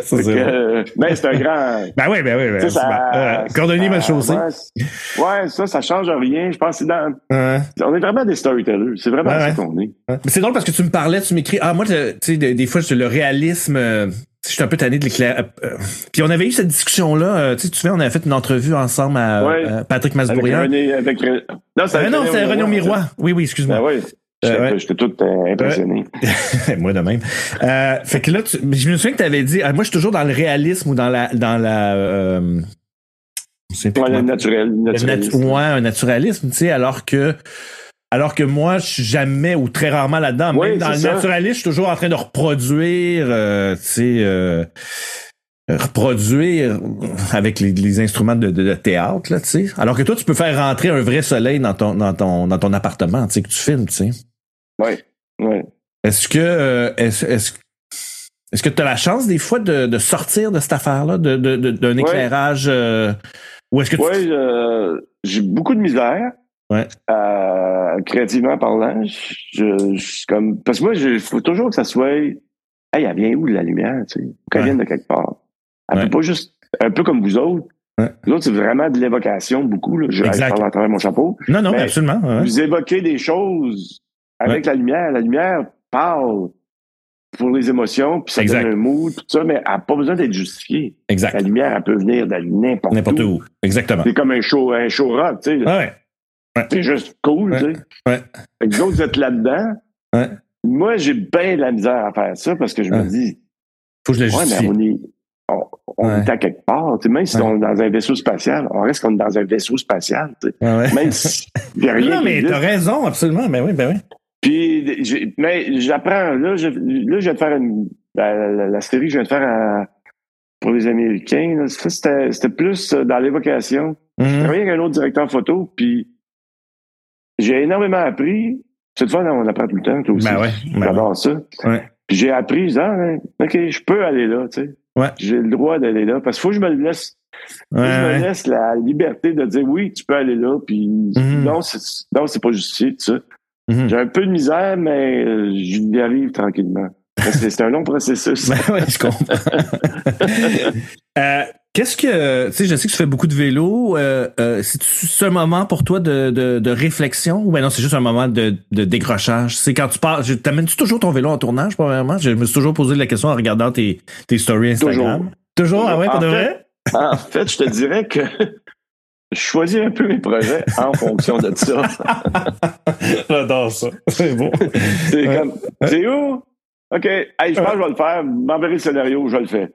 c'est Fait que, vrai. euh, ben, c'est un grand. Ben oui, ben oui, ben. Tu sais, ça- absolument. Ouais. Cordonnier ça- mal chaussé. Ouais, c'est- ouais, ça, ça change rien. Je pense que c'est dans. Ouais. On est vraiment des storytellers. C'est vraiment Ouais, ça ouais. qu'on est. Mais C'est drôle parce que tu me parlais, tu m'écris. Ah, moi, je- tu sais, des, des fois, je- le réalisme. euh, je suis un peu tanné de l'éclair. euh, puis on avait eu cette discussion-là. euh, tu sais, tu sais, on avait fait une entrevue ensemble à, Ouais. à Patrick Avec Masbourian. René. Avec... René- Non, c'est Ah avec non, c'est René au Miroir. miroir. Oui, oui, excuse-moi. Ben oui. J'étais ouais. j'étais tout euh, impressionné. Ah moi de même. Euh, fait que là, tu- je me souviens que tu avais dit. ah, moi, je suis toujours dans le réalisme ou dans la. Dans la euh, je sais plus Ouais, comment- le naturel. le Le nat- naturaliste. ouais, un naturalisme, tu sais, alors que alors que moi, je suis jamais ou très rarement là-dedans. Même Oui, dans c'est le ça. naturalisme, je suis toujours en train de reproduire, euh, tu sais. euh, reproduire avec les, les instruments de, de, de théâtre, là, tu sais. Alors que toi, tu peux faire rentrer un vrai soleil dans ton, dans ton, dans ton appartement, tu sais, que tu filmes, tu sais. Oui, oui. Est-ce que, euh, est-ce, est-ce, est-ce que tu as la chance des fois de, de sortir de cette affaire-là, de, de, de- d'un éclairage, euh, ou est-ce que tu... Oui, euh, j'ai beaucoup de misère. Ouais. Euh, créativement parlant, je, je suis comme. Parce que moi, il faut toujours que ça soit. Hey, elle vient où la lumière, tu sais? Faut Qu'elle Ouais. vienne de quelque part. Elle Ouais. peut pas juste. Un peu comme vous autres. Ouais. Vous autres, c'est vraiment de l'évocation, beaucoup. Là. Je, je Exact. parle à travers mon chapeau. Non, non, Mais- absolument. ouais. Ben, Vous évoquez des choses avec la lumière. La lumière parle pour les émotions, puis ça Exact. donne un mood, tout ça, mais elle n'a pas besoin d'être justifiée. La Exact. lumière, elle peut venir de n'importe, N'importe où. Exactement. C'est comme un show, un show rock, tu sais. Ah ouais. C'est juste cool, Ouais, tu sais. ouais. Fait que vous autres, vous êtes là-dedans. Ouais. Moi, j'ai bien de la misère à faire ça parce que je Ouais. me dis, Faut que je le ouais, justifie. mais on est, on, on Ouais. est à quelque part. tu sais, même si Ouais. on est dans un vaisseau spatial, on reste comme dans un vaisseau spatial. tu sais. Ah ouais. Même si il n'y a rien. Non, qui mais existe. t'as raison, absolument. Ben oui, ben oui. Puis, j'ai- mais j'apprends, là, je, là, je viens de faire une, la, la- la série que je viens de faire à- pour les Américains, là, ça, c'était c'était plus euh, dans l'évocation. Je Mhm. travaillais avec un autre directeur photo, puis j'ai énormément appris. Cette fois, là, on apprend tout le temps, toi aussi. Ben ouais. Ben ouais. J'adore ça. Ouais. Puis j'ai appris, en disant, Ah, hein, OK, je peux aller là, tu sais. Ouais. J'ai le droit d'aller là, parce qu'il faut que je me laisse Ouais, je me ouais. laisse la liberté de dire oui, tu peux aller là, puis non, c'est non, c'est pas justifié, tout ça. Mhm. J'ai un peu de misère, mais euh, j'y arrive tranquillement. Parce que C'est un long processus. Ben ouais, je comprends. Euh, Qu'est-ce que. Tu sais, je sais que tu fais beaucoup de vélo. Euh, euh, C'est-tu un moment pour toi de, de, de réflexion ou ben non, c'est juste un moment de, de décrochage? C'est quand tu pars. je- T'amènes-tu toujours ton vélo en tournage, premièrement? Je me suis toujours posé la question en regardant tes, tes stories Instagram. Toujours. ah ouais, pour En de fait- vrai? en fait, je te dirais que je choisis un peu mes projets en fonction de ça. J'adore ça. C'est bon. C'est Ouais. comme, c'est où? OK, hey, je pense que je vais le faire. M'enverrer le scénario, je le fais.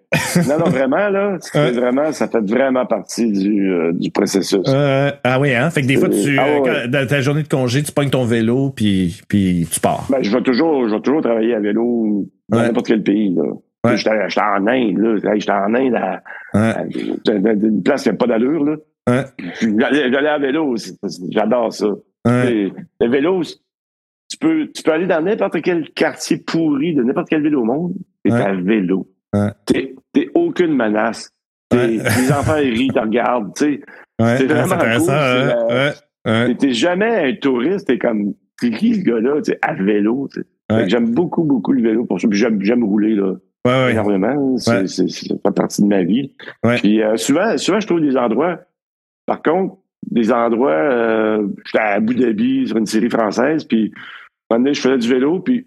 Non, non, vraiment, là, c'est Ouais. vraiment, ça fait vraiment partie du, euh, du processus. Euh, ah oui, hein? Fait que des fois, tu, Ah euh, ouais. quand- dans ta journée de congé, tu pognes ton vélo, puis, puis tu pars. Ben, je vais toujours, je vais toujours travailler à vélo dans Ouais. n'importe quel pays, là. Ouais. J'étais j'étais en Inde, là. Hey, J'étais en Inde à, Ouais. à- dans une place qui n'a pas d'allure, là. Ouais. J'allais j'allais à vélo, c'est- c'est- j'adore ça. Ouais. Et Le vélo, c'est- tu peux, tu peux aller dans n'importe quel quartier pourri de n'importe quelle ville au monde, et Ouais. à vélo. Ouais. T'es t'es aucune menace. T'es- Ouais. Les enfants ils rient, te regardent, tu sais. Ouais, hein, C'est vraiment c'est intéressant. cool, c'est hein? la- Ouais, ouais. T'es- T'es jamais un touriste, t'es comme, c'est qui ce gars-là, tu sais, à vélo, tu sais. Fait Ouais. que J'aime beaucoup, beaucoup le vélo pour ça. Puis j'aime, j'aime rouler, là, Ouais, ouais. énormément. C'est, Ouais. c'est- c'est- ça fait partie de ma vie. Ouais. Puis euh, souvent, souvent, je trouve des endroits, par contre, des endroits, euh, j'étais à Abu Dhabi sur une série française, puis un moment donné, je faisais du vélo, puis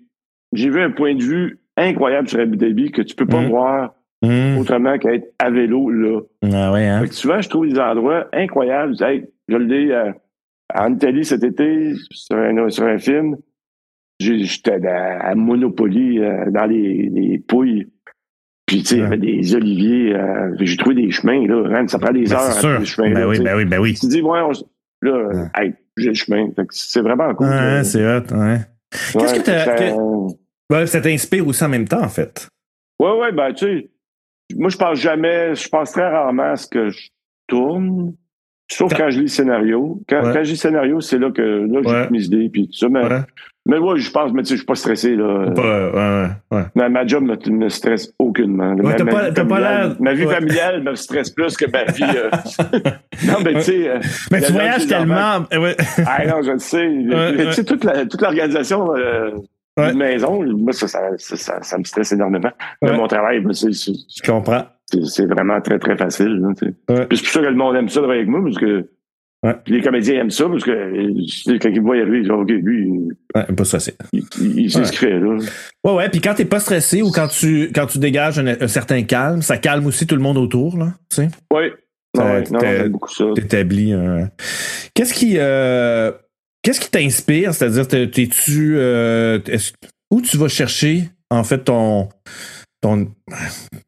j'ai vu un point de vue incroyable sur Abu Dhabi que tu peux pas Mhm. voir Mmh. autrement qu'être à vélo, là. Ah ouais, hein? Fait que souvent, je trouve des endroits incroyables. Hey, je le dis euh, en Italie cet été, sur un, sur un film, j'ai- j'étais dans- à Monopoly, euh, dans les, les pouilles. Puis, tu sais, il y avait des oliviers. euh, j'ai trouvé des chemins, là. Hein, ça prend des Ben, heures c'est à faire des sûr. chemins. Ben là, oui, tu sais. ben oui, ben oui. Tu te dis, ouais, on s- là, Ouais. hey, j'ai le chemin. Fait que c'est vraiment cool. euh, Ouais, là. Ah, c'est hot, ouais. Qu'est-ce Ouais, que t'as- fait que, que- euh, Ouais, ça t'inspire aussi en même temps, en fait. Ouais, ouais, ben, tu sais, moi, je pense jamais, je pense très rarement à ce que je tourne. Sauf T'as- quand je lis le scénario. Quand, Ouais. quand je lis le scénario, c'est là que là, j'ai Ouais. toutes mes idées puis tout ça. Mais, Ouais. hein? mais ouais, je pense, mais tu sais, je suis pas stressé, là. Pas, euh, ouais, ouais. Ma, ma job me, me stresse aucunement. là. Ouais, ma, t'as ma pas- vie t'as pas familiale- l'air- ma vie ouais. familiale me stresse plus que ma vie. euh, non, mais tu sais. euh, Mais la tu langue voyages des enfants- tellement. euh, Ouais. Ah non, je le sais. Mais tu sais, toute la- toute l'organisation euh, Ouais. d'une maison, moi, ça, ça, ça, ça- ça me stresse énormément. Mais Ouais. mon travail, ben, c'est- c'est Je comprends. c'est- c'est vraiment très, très facile. là, tu sais. Ouais. Puis c'est pour ça que le monde aime ça travailler avec moi, parce que Ouais. les comédiens aiment ça, parce que euh, tu sais, quand ils me voient arriver, ils disent OK, lui, Ouais, pas ça, c'est. il, il- il sait Ouais. ce qu'il fait. Là. Ouais, ouais. Puis quand t'es pas stressé ou quand tu, quand tu dégages un, un certain calme, ça calme aussi tout le monde autour, là. Tu sais, Oui. Ça, Ouais, non, t'es- j'aime beaucoup ça. t'établis un. Qu'est-ce qui, euh, qu'est-ce qui t'inspire? C'est-à-dire, t'es- t'es-tu, euh, est-ce- où tu vas chercher, en fait, ton, ton,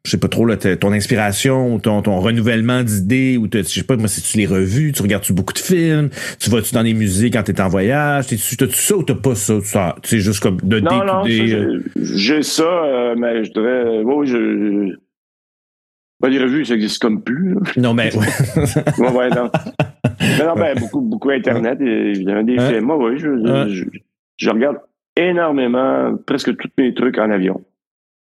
je sais pas trop, là, ta- ton inspiration ou ton, ton renouvellement d'idées ou, te- je sais pas, moi, si tu les revues, tu regardes-tu beaucoup de films, tu vas-tu dans les musées quand t'es en voyage, t'es-tu, t'as-tu ça ou t'as pas ça? Tu sors- Tu sais, juste comme de Non, non, ça, découper, euh, j'ai- j'ai ça, euh, mais je dirais, oui, je, Ben, les revues, ça n'existe comme plus. Non, là. mais. Ouais, ouais, non. Mais non, ben, beaucoup, beaucoup Internet, euh, évidemment, des Hein? films. Moi, oui, je, je- Hein? je, je regarde énormément, presque tous mes trucs en avion.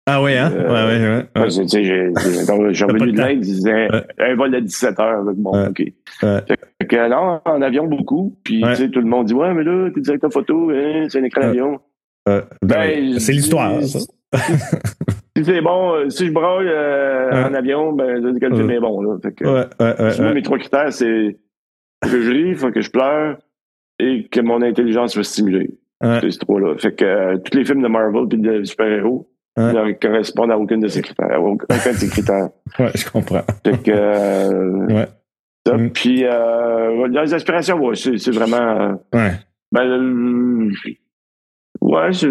ah ouais, hein? Euh, ouais, ouais, ouais. Parce que, tu sais, j'ai- j'ai- donc, j'ai T'as pas revenu le de temps. l'Inde, je disais, Ouais. un vol à 17 heures. donc Bon, Ouais. OK. Ouais. Fait que, euh, non, en avion, beaucoup. Puis, Ouais. tu sais, tout le monde dit, ouais, mais là, t'es directeur photo, hein, c'est un écran Ouais. d'avion. Euh, ben, Ben, c'est l'histoire, ça. Si c'est bon, euh, si je braille euh, Ouais. en avion, ben, je dis que le film Ouais. est bon, là. Fait que, Ouais, ouais, ouais, moi, ouais. mes trois critères, c'est faut que je ris, faut que je pleure et que mon intelligence soit stimulée. Ouais. C'est ces trois-là. Fait que euh, tous les films de Marvel et de super-héros Ouais. ne correspondent à aucun de ces critères. à Aucun aucun de ces critères. Ouais, je comprends. Fait que. euh, Ouais. ça. Mm. Puis, euh, dans les aspirations, ouais, c'est c'est vraiment. euh, Ouais. ben, euh, ouais, c'est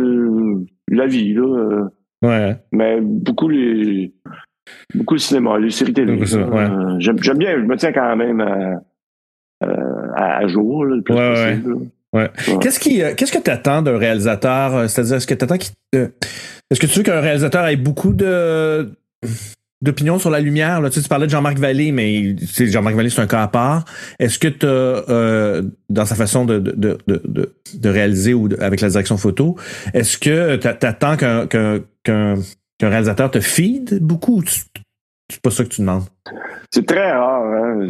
la vie, là. euh, Ouais. Mais beaucoup les. Beaucoup le cinéma, les séries télé. Beaucoup ça, là, ouais. euh, J'aime j'aime bien, je me tiens quand même à, euh, à, à jour, là, le plus Ouais, possible. là. Qu'est-ce qui, euh, qu'est-ce que t'attends d'un réalisateur? euh, C'est-à-dire, est-ce que t'attends qu'il, euh, est-ce que tu veux qu'un réalisateur ait beaucoup de, d'opinions sur la lumière? Là? Tu, sais, tu parlais de Jean-Marc Vallée, mais tu sais, Jean-Marc Vallée, c'est un cas à part. Est-ce que t'as, euh, dans sa façon de, de, de, de- de, de réaliser ou de- avec la direction photo, est-ce que t'a- t'attends qu'un, qu'un, qu'un, qu'un réalisateur te feed beaucoup? ou tu- C'est pas ça que tu demandes. C'est très rare, hein.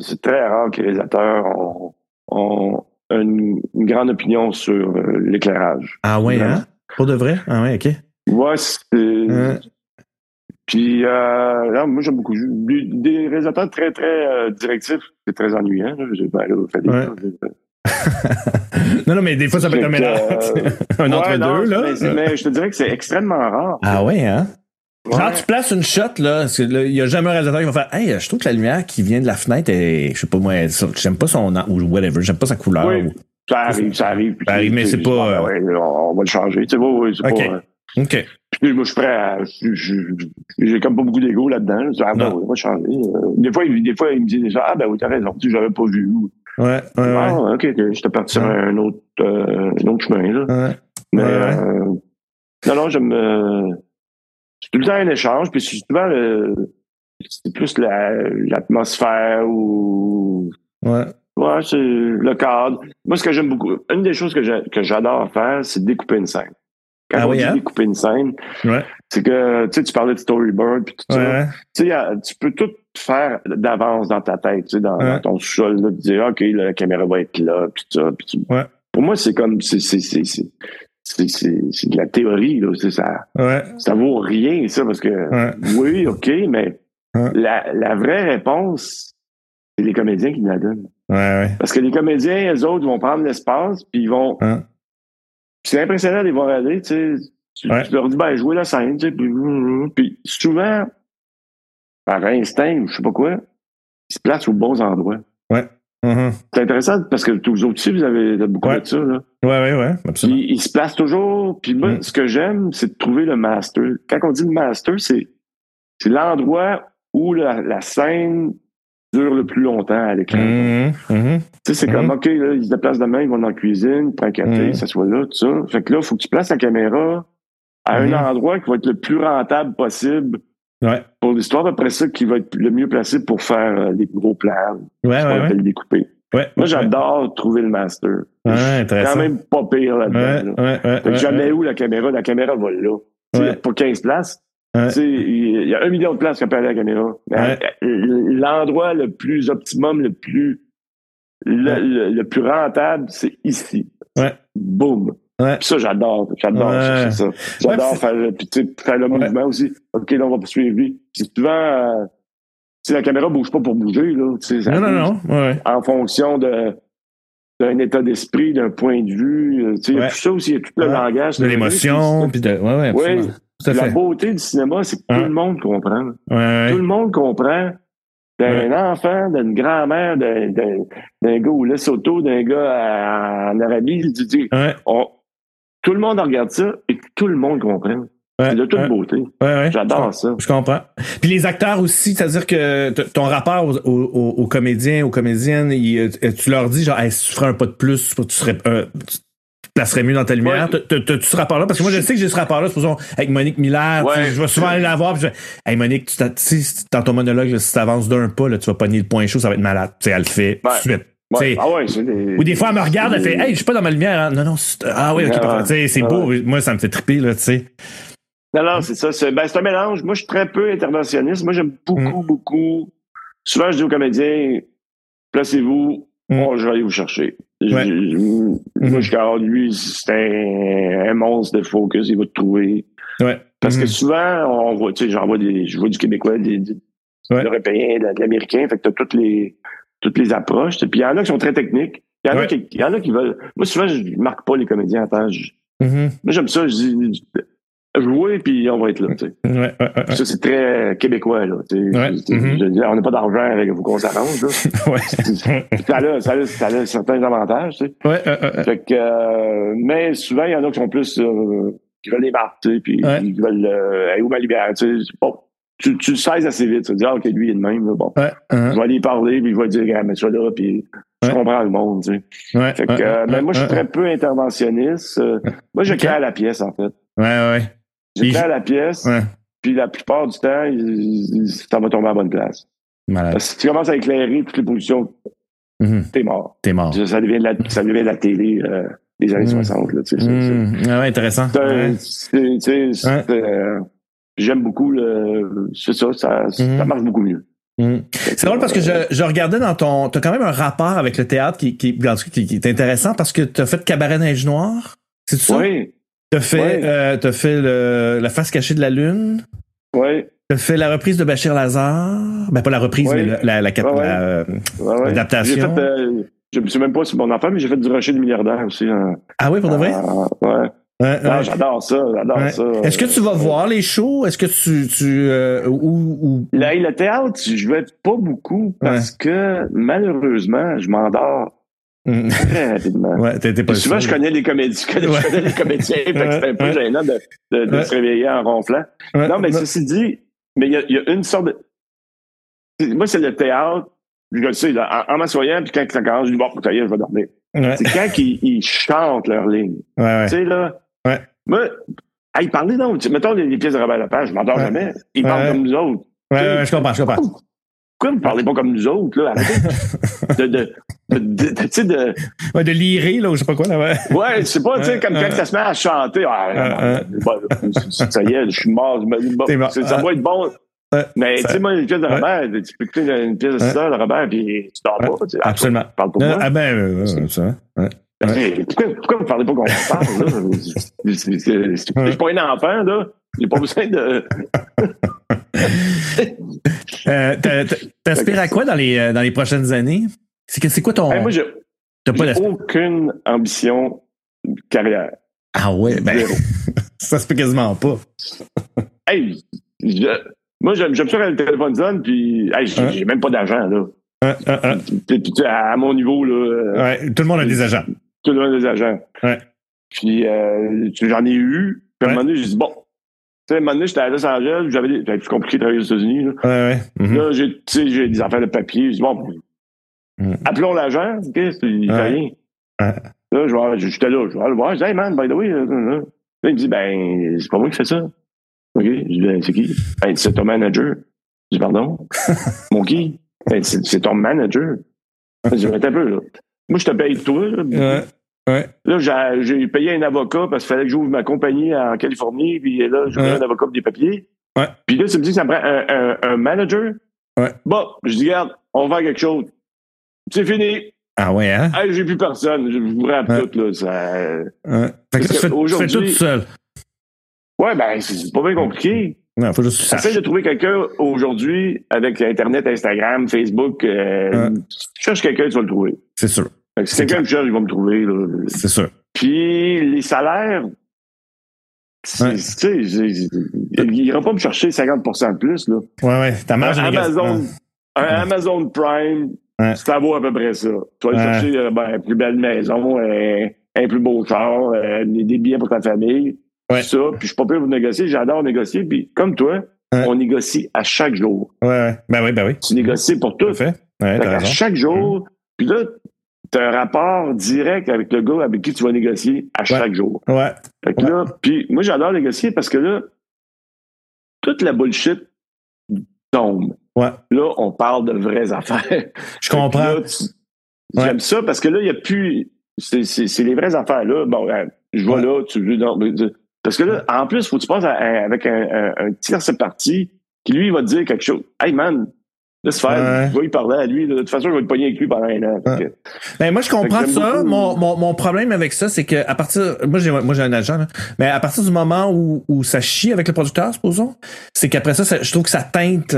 C'est très rare que les réalisateurs ont, ont une, une grande opinion sur euh, l'éclairage. Ah ouais, Vraiment. hein? Pour de vrai? Ah ouais, ok. Moi, c'est. Hein? Puis, euh, non, moi, j'aime beaucoup. Des des réalisateurs très, très euh, directifs, c'est très ennuyant. Là. Je- Ben, là, faites des Ouais. non, non, mais des fois, ça peut être un Fait mélange. que, euh, un Ouais, non, entre-deux, là. Mais, c'est- mais je te dirais que c'est extrêmement rare. Ah ouais, hein? Genre, Ouais. tu places une shot, là. Il n'y a jamais un réalisateur qui va faire Hey, je trouve que la lumière qui vient de la fenêtre est. Je sais pas, moi, elle- ça- j'aime pas son. an- ou whatever, j'aime pas sa couleur. Oui. ou- Ça arrive, ça arrive. puis Ça arrive, Ben, mais tu- c'est tu- pas, ah, ouais, on, on va le changer. Tu sais, ouais, ouais, c'est OK. pas. euh, OK. puis moi, je suis prêt à. je- je- J'ai comme pas beaucoup d'ego là-dedans. Je dis, ah, ben, Non. ouais, on va changer. Euh, Des fois, il- des fois, il me dit déjà, ah, ben, oui, t'as raison, tu sais, j'avais pas vu. Ou, Ouais, ouais, Ah, ouais. ok, ok, j'étais parti sur Ouais. un autre, euh, un autre chemin, là. Ouais. Mais, Ouais, ouais. euh, non, non, j'aime. euh, c'est tout le temps un échange, puis c'est souvent le- c'est plus la- l'atmosphère ou Ouais. ouais, c'est le cadre. Moi, ce que j'aime beaucoup, une des choses que j'a- que j'adore faire, c'est découper une scène. Quand Ah on oui, dit hein? découper une scène, Ouais. c'est que tu sais, tu parlais de storyboard puis tout Ouais, ça. ouais. Tu sais, y a- tu peux tout faire d'avance dans ta tête, tu sais, dans, Ouais. dans ton sol, là, de dire OK, la caméra va être là, puis ça, puis tu- Ouais. Pour moi, c'est comme c'est c'est c'est c'est c'est- c'est- c'est de la théorie, là. c'est Ça, Ouais. ça vaut rien, ça, parce que Ouais. oui, OK, mais Ouais. la, la vraie réponse, c'est les comédiens qui la donnent. Ouais, Parce que les comédiens, eux autres, vont prendre l'espace, puis ils vont. Ouais. C'est impressionnant de les voir aller, tu sais. Tu, Ouais. tu leur dis, ben, jouez la scène, tu sais. Puis, puis souvent, par instinct ou je sais pas quoi, ils se placent aux bons endroits. ouais. Mhm. C'est intéressant parce que tous vous autres aussi, vous avez vous avez beaucoup Ouais. de ça, là. Ouais, ouais, ouais. Puis Absolument. ils se placent toujours. Puis moi, Mm. ce que j'aime, c'est de trouver le master. Quand on dit le master, c'est c'est l'endroit où la, la scène dure le plus longtemps à l'écran. Mhm. Mhm. Tu sais, c'est Mhm. comme, OK, là, ils se déplacent demain, ils vont dans la cuisine, ils prennent un café, Mhm. ça soit là, tout ça. Fait que là, il faut que tu places la caméra à Mhm. un endroit qui va être le plus rentable possible Ouais. pour l'histoire. puis Après ça, qui va être le mieux placé pour faire euh, des gros plans, Ouais, ce qu'on ouais, ouais. appelle découper. Ouais. Moi, ouais. j'adore trouver le master. Je suis Ouais, quand intéressant. même pas pire là-dedans. Ouais, là. ouais, ouais. Fait que ouais, jamais ouais. où la caméra, la caméra va là. Tu sais, Ouais. Pour 15 places, Ouais. tu sais, il y a un million de places qu'on peut aller à la caméra. Mais Ouais. L'endroit le plus optimum, le plus le, Ouais. le- le plus rentable, c'est ici. Ouais. Boum. Ouais. Puis ça, j'adore. J'adore Ouais. ça, c'est ça. Ouais, J'adore puis faire, le- puis tu sais, faire le Ouais. mouvement aussi. OK, là, on va poursuivre lui. Puis souvent, euh, tu sais, la caméra bouge pas pour bouger. Là, tu sais, ça Non, non, bouge non. Ouais. en fonction de d'un état d'esprit, d'un point de vue. euh, tu sais, il y a Ouais. Tout ça aussi, il y a tout le Ouais. langage. De l'émotion, puis de. Ouais, ouais. Oui, absolument. Tout à la fait. beauté du cinéma, c'est que tout Ouais. le monde comprend. Ouais, ouais. Tout le monde comprend d'un enfant, d'une grand-mère, d'un- d'un d'un gars au Lesotho, d'un gars à- en Arabie. Tu dis, Ouais, on- tout le monde regarde ça et tout le monde comprend. ouais, C'est de toute ouais, beauté. ouais, ouais. J'adore ça. Je comprends. Puis les acteurs aussi, c'est-à-dire que t- ton rapport aux, aux- aux comédiens, aux comédiennes, ils, euh, tu leur dis genre, Hey, si tu ferais un pas de plus, tu serais, euh, tu- placerais mieux dans ta lumière. Ouais. T'as- T'as t'as ce rapport-là? Parce que moi, je sais que j'ai ce rapport-là, supposons, avec Monique Miller. Ouais. tu sais, Je vais souvent aller la voir. Puis je... fais, Hey, Monique, tu t'as- tu sais, dans ton monologue, là, si t'avances d'un pas, là, tu vas pogner le point chaud, ça va être malade. Tu sais, elle le fait tout de Ouais. suite. Tu sais, Ouais. Ah ouais, c'est des- Ou des fois, elle me regarde, elle c'est fait des- Hey, je suis pas dans ma lumière. hein. Non, non, c'est- ah oui, ok, Ah parfait. ouais. Tu sais, C'est Ah beau. Moi, ça me fait triper, là, tu sais. Non, Hmm. non, c'est ça. C'est ben, c'est un mélange. Moi, je suis très peu internationaliste. Moi, j'aime beaucoup, Hmm. beaucoup. Souvent, je dis aux comédiens, placez-vous, Mm. bon, je vais aller vous chercher. Je- Ouais. Hmm. je- Moi, je suis ah, lui, c'est un, un monstre de focus, il va te trouver. Ouais. Parce que Mhm. souvent, on voit, tu sais, j'en vois des, je vois du Québécois, des, des- Ouais. de l'Européen, de, de l'Américain, fait que t'as toutes les, toutes les approches. Puis il y en a qui sont très techniques. Il y en a Ouais. qui, il y en a qui veulent. Moi, souvent, je marque pas les comédiens en temps. Je- Mhm. Moi, j'aime ça, je dis, jouez, puis on va être là, tu sais. Ouais, ouais, ouais, ouais. Ça, c'est très québécois, là. tu sais. Ouais. C'est- Mhm. je veux dire, on n'a pas d'argent, avec vous qu'on s'arrange, là. Ouais. ça, a, ça, a, ça a certains avantages, tu sais. Ouais, ouais, ouais, ouais. Fait que, euh, mais souvent, il y en a qui sont plus, euh, qui veulent les battre, tu sais, puis Ouais. ils veulent, euh, Hey, où ma liberté, tu sais. Bon, tu, tu le sais assez vite, tu te dis, ah, OK, lui, il est de même, là, bon. Ouais, hein. Je vais aller parler, puis je vais dire, ah, mais ça là, puis je Ouais. comprends le monde, tu sais. Ouais, Fait que, ouais, euh, ouais, mais moi, je suis ouais, très peu interventionniste. Euh, Moi, je Ok. crée à la pièce, en fait. Ouais, ouais. Je Il- crée à la pièce, Ouais. puis la plupart du temps, il- il- ça va tomber à la bonne place. Malade. Parce que Euh, si tu commences à éclairer toutes les positions, Mhm. t'es mort. T'es mort. Ça, ça devient de la, ça devient de la télé euh, des années Mm. 60. Là, tu sais, c'est- Mhm. Ah ouais, intéressant. c'est un- Ouais. c'est- tu sais, c'est, euh, J'aime beaucoup le. C'est ça, ça, ça Mm. marche beaucoup mieux. Mhm. C'est drôle parce que je, je regardais dans ton. T'as quand même un rapport avec le théâtre qui, qui, en tout cas, qui, qui est intéressant parce que t'as fait Cabaret Neige Noire. C'est ça? Oui, T'as fait, Ouais. euh, t'as fait le, la face cachée de la lune. oui, oui. T'as fait la reprise de Bachir Lazare. Ben, pas la reprise, Ouais. mais la, la, la cap- Ouais, ouais. la, euh, Ouais. Adaptation. J'ai fait, euh, je ne sais même pas si c'est mon enfant, mais j'ai fait du rocher de milliardaire aussi. hein. Ah oui, pour de vrai? Ah, ouais. Ouais, Non, ouais. J'adore ça, j'adore Ouais. ça. Est-ce que tu vas voir les shows? Est-ce que tu. tu euh, ou, ou... Là, le théâtre, je vais pas beaucoup parce que malheureusement, je m'endors Mm. très rapidement. Ouais, t'étais pas Puis souvent, le je seul. connais les comédiens, je connais, Ouais. je connais les comédiens, fait que c'est un peu Ouais. gênant de, de, de Ouais. se réveiller en ronflant. Ouais, Non, mais ceci dit, mais il y a, il y a une sorte de... c'est- Moi, c'est le théâtre, je le sais, là, en, en m'assoyant, puis quand ça commence, je dis, bon, ça y est, je vais dormir. Ouais, C'est quand ils, ils chantent leur ligne. ouais, Tu sais, là, Ouais. moi, hey, parlez donc, tu- mettons les, les pièces de Robert Lepage, je m'endors Ouais. jamais. Ils Ouais. parlent comme nous autres. ouais, ouais, ouais, je comprends, je comprends. Pourquoi vous parlez pas comme nous autres, là? Arrêtez de... de, de, de- tu sais, de Ouais, de lirer, là, ou je sais pas quoi, là, ouais. Ouais, c'est pas, tu sais, comme Euh, quand ça se met à chanter. Ah, euh, bon, ça y est, je suis mort. je me- bon, T'es mort. c'est- Ça Euh, va être bon. euh, Mais tu ça- sais, moi, une pièce de Robert, tu peux écouter une pièce de Ouais. ça, de Robert, puis tu dors pas. tu sais, ah, Absolument. tu Parles pas Non, de non, moi. ah ben, euh, euh, ça. Ouais. Mais Pourquoi, pourquoi vous parlez pas qu'on se parle, là? C'est- c'est- c'est- c'est- Je suis pas un enfant, là. J'ai pas besoin de. Euh, t'a- t'a- T'aspires à quoi dans les, euh, dans les prochaines années? C'est que c'est quoi ton. Hey, Ben, moi, j'ai T'as pas j'ai d'asp- aucune ambition de carrière. Ah ouais, ben, Zéro. ça se peut quasiment pas. Hey, je- moi, j'aime j'aime ça quand le téléphone sonne, puis hey, j'ai Hein? j'ai même pas d'argent, là. Hein, hein, hein. Puis, puis, tu sais, à à mon niveau, là, euh, Ouais, tout le monde a des agents. tout le monde des agents. Ouais. Puis euh, tu- j'en ai eu. Puis à Ouais. un moment donné, j'ai dit, bon. Tu sais, à un moment donné, j'étais à Los Angeles, j'avais des. C'est plus compliqué de travailler aux États-Unis. Là, Ouais, ouais. Mhm. Là, j'ai tu sais, j'ai des affaires de papier. J'ai dit, bon, Mm. appelons l'agent, OK, c'est- il Ouais. fait rien. Ouais. Là, je vais- j'étais là, je vais le voir. Je dis, hey man, by the way. euh, euh, euh. Là, il me dit, ben, c'est pas moi qui fais ça. OK. Je dis, ben, c'est qui? Ben, c'est ton manager. Je dis, pardon? Mon qui? Ben, c'est c'est ton manager. Je dis, ben, attends un peu, là. Moi, je te paye toi. Là, Ouais. Là, j'ai- j'ai payé un avocat parce qu'il fallait que j'ouvre ma compagnie en Californie. Puis là, j'ai payé Ouais. un avocat pour des papiers. Ouais. Puis là, tu me dis que ça me prend un, un- un manager. Ouais. Bon, je dis, regarde, on va faire quelque chose. C'est fini. Ah ouais, hein? Hey, j'ai plus personne. Je vous rappe Ouais. tout, là. Ça... euh, Hein. Fait que là, tu Parce fais, que tu fais tout aujourd'hui- seul. Ouais, ben, c'est c'est pas bien compliqué. Non, faut juste que tu saches. Essaye de trouver quelqu'un aujourd'hui avec Internet, Instagram, Facebook. euh, Ouais. Tu cherches quelqu'un, tu vas le trouver. C'est sûr. Fait que si C'est quelqu'un me cherche, il va me trouver. Là. C'est sûr. Puis les salaires, c'est- Ouais. tu sais, j'ai- j'ai- il n'ira pas me chercher 50 de plus. Là. Ouais, ouais. Ta marge Un de négociation. Amazon, un Amazon Prime, Ouais. ça vaut à peu près ça. Tu vas aller Ouais. chercher euh, ben, une plus belle maison, euh, un plus beau char, euh, des, des billets pour ta famille, Ouais. ça. Puis je suis pas prêt pour négocier, j'adore négocier. Puis comme toi, Ouais. on négocie à chaque jour. Ouais, ouais. Ben oui, ben oui. Tu négocies pour tout. Tout à fait. Ouais, Fait t'as qu'à raison. chaque jour, puis là, tu as un rapport direct avec le gars avec qui tu vas négocier à chaque jour. Ouais. Fait que là, puis moi, j'adore négocier parce que là, toute la bullshit tombe. Ouais. Là, on parle de vraies affaires. Je comprends. Là, tu- Ouais. J'aime ça parce que là, il n'y a plus. C'est c'est- c'est les vraies affaires. Là, bon, euh, je vois Ouais. là, tu veux. non, mais tu- Parce que là, en plus, faut que tu passes à- à- avec un, un, un tierce parti qui, lui, va te dire quelque chose. Hey, man, laisse faire. Ouais. Je vais y parler à lui. là. De toute façon, je vais le pogner avec lui pendant un an. Fait que- Ben, moi, je comprends Fait que j'aime ça. beaucoup. Mon, mon, mon problème avec ça, c'est que à partir, moi, j'ai, moi, j'ai un agent, là. mais à partir du moment où, où ça chie avec le producteur, supposons, c'est qu'après ça, ça- je trouve que ça teinte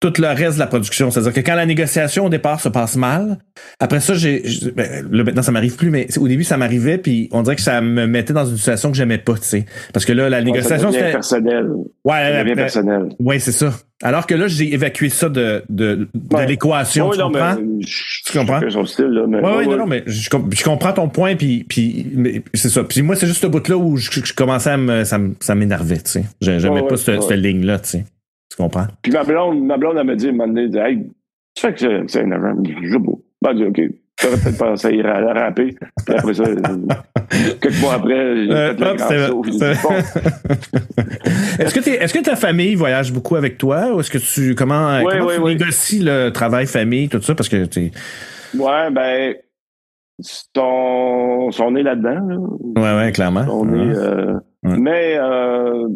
tout le reste de la production. C'est-à-dire que quand la négociation au départ se passe mal, après ça, j'ai, j'ai- ben, là, maintenant, ça m'arrive plus, mais c'est- au début, ça m'arrivait, puis on dirait que ça me mettait dans une situation que j'aimais pas, tu sais. Parce que là, la ça négociation, devient c'était, personnel. ouais, Ça devient ben, personnel. ouais, c'est ça. Alors que là, j'ai évacué ça de, de, de Ouais. l'équation, Oui, tu comprends? je- Tu comprends? chacun son style, là, mais- Ouais, ouais, ouais, non, ouais. non, mais je, com- je comprends ton point, puis, puis mais c'est ça. Puis moi, c'est juste ce bout-là où je, je commençais à me, ça, me- ça m'énervait, tu sais. Je- J'aimais Ouais, ouais, pas cette, ouais. cette ligne-là, tu sais. Tu comprends? Puis ma blonde, ma blonde, elle m'a dit, elle m'a dit, hey, tu fais que c'est- c'est un avant, je sais pas. Ben, j'ai dit, OK. J'aurais peut-être pensé à y ra- la rapper. Puis après ça, euh, quelques mois après, j'ai Euh, fait la hop, grande c'est- sauce. J'ai dit, c'est- bon, Est-ce que, t'es, est-ce que ta famille voyage beaucoup avec toi? Ou est-ce que tu, comment, Ouais, comment ouais, tu ouais. négocies le travail, famille, tout ça? Parce que t'es, ouais, ben, c'est- on, on est là-dedans. là. ouais, ouais, clairement. Hein? On Ouais. est, euh, Ah. Ouais. Mais euh,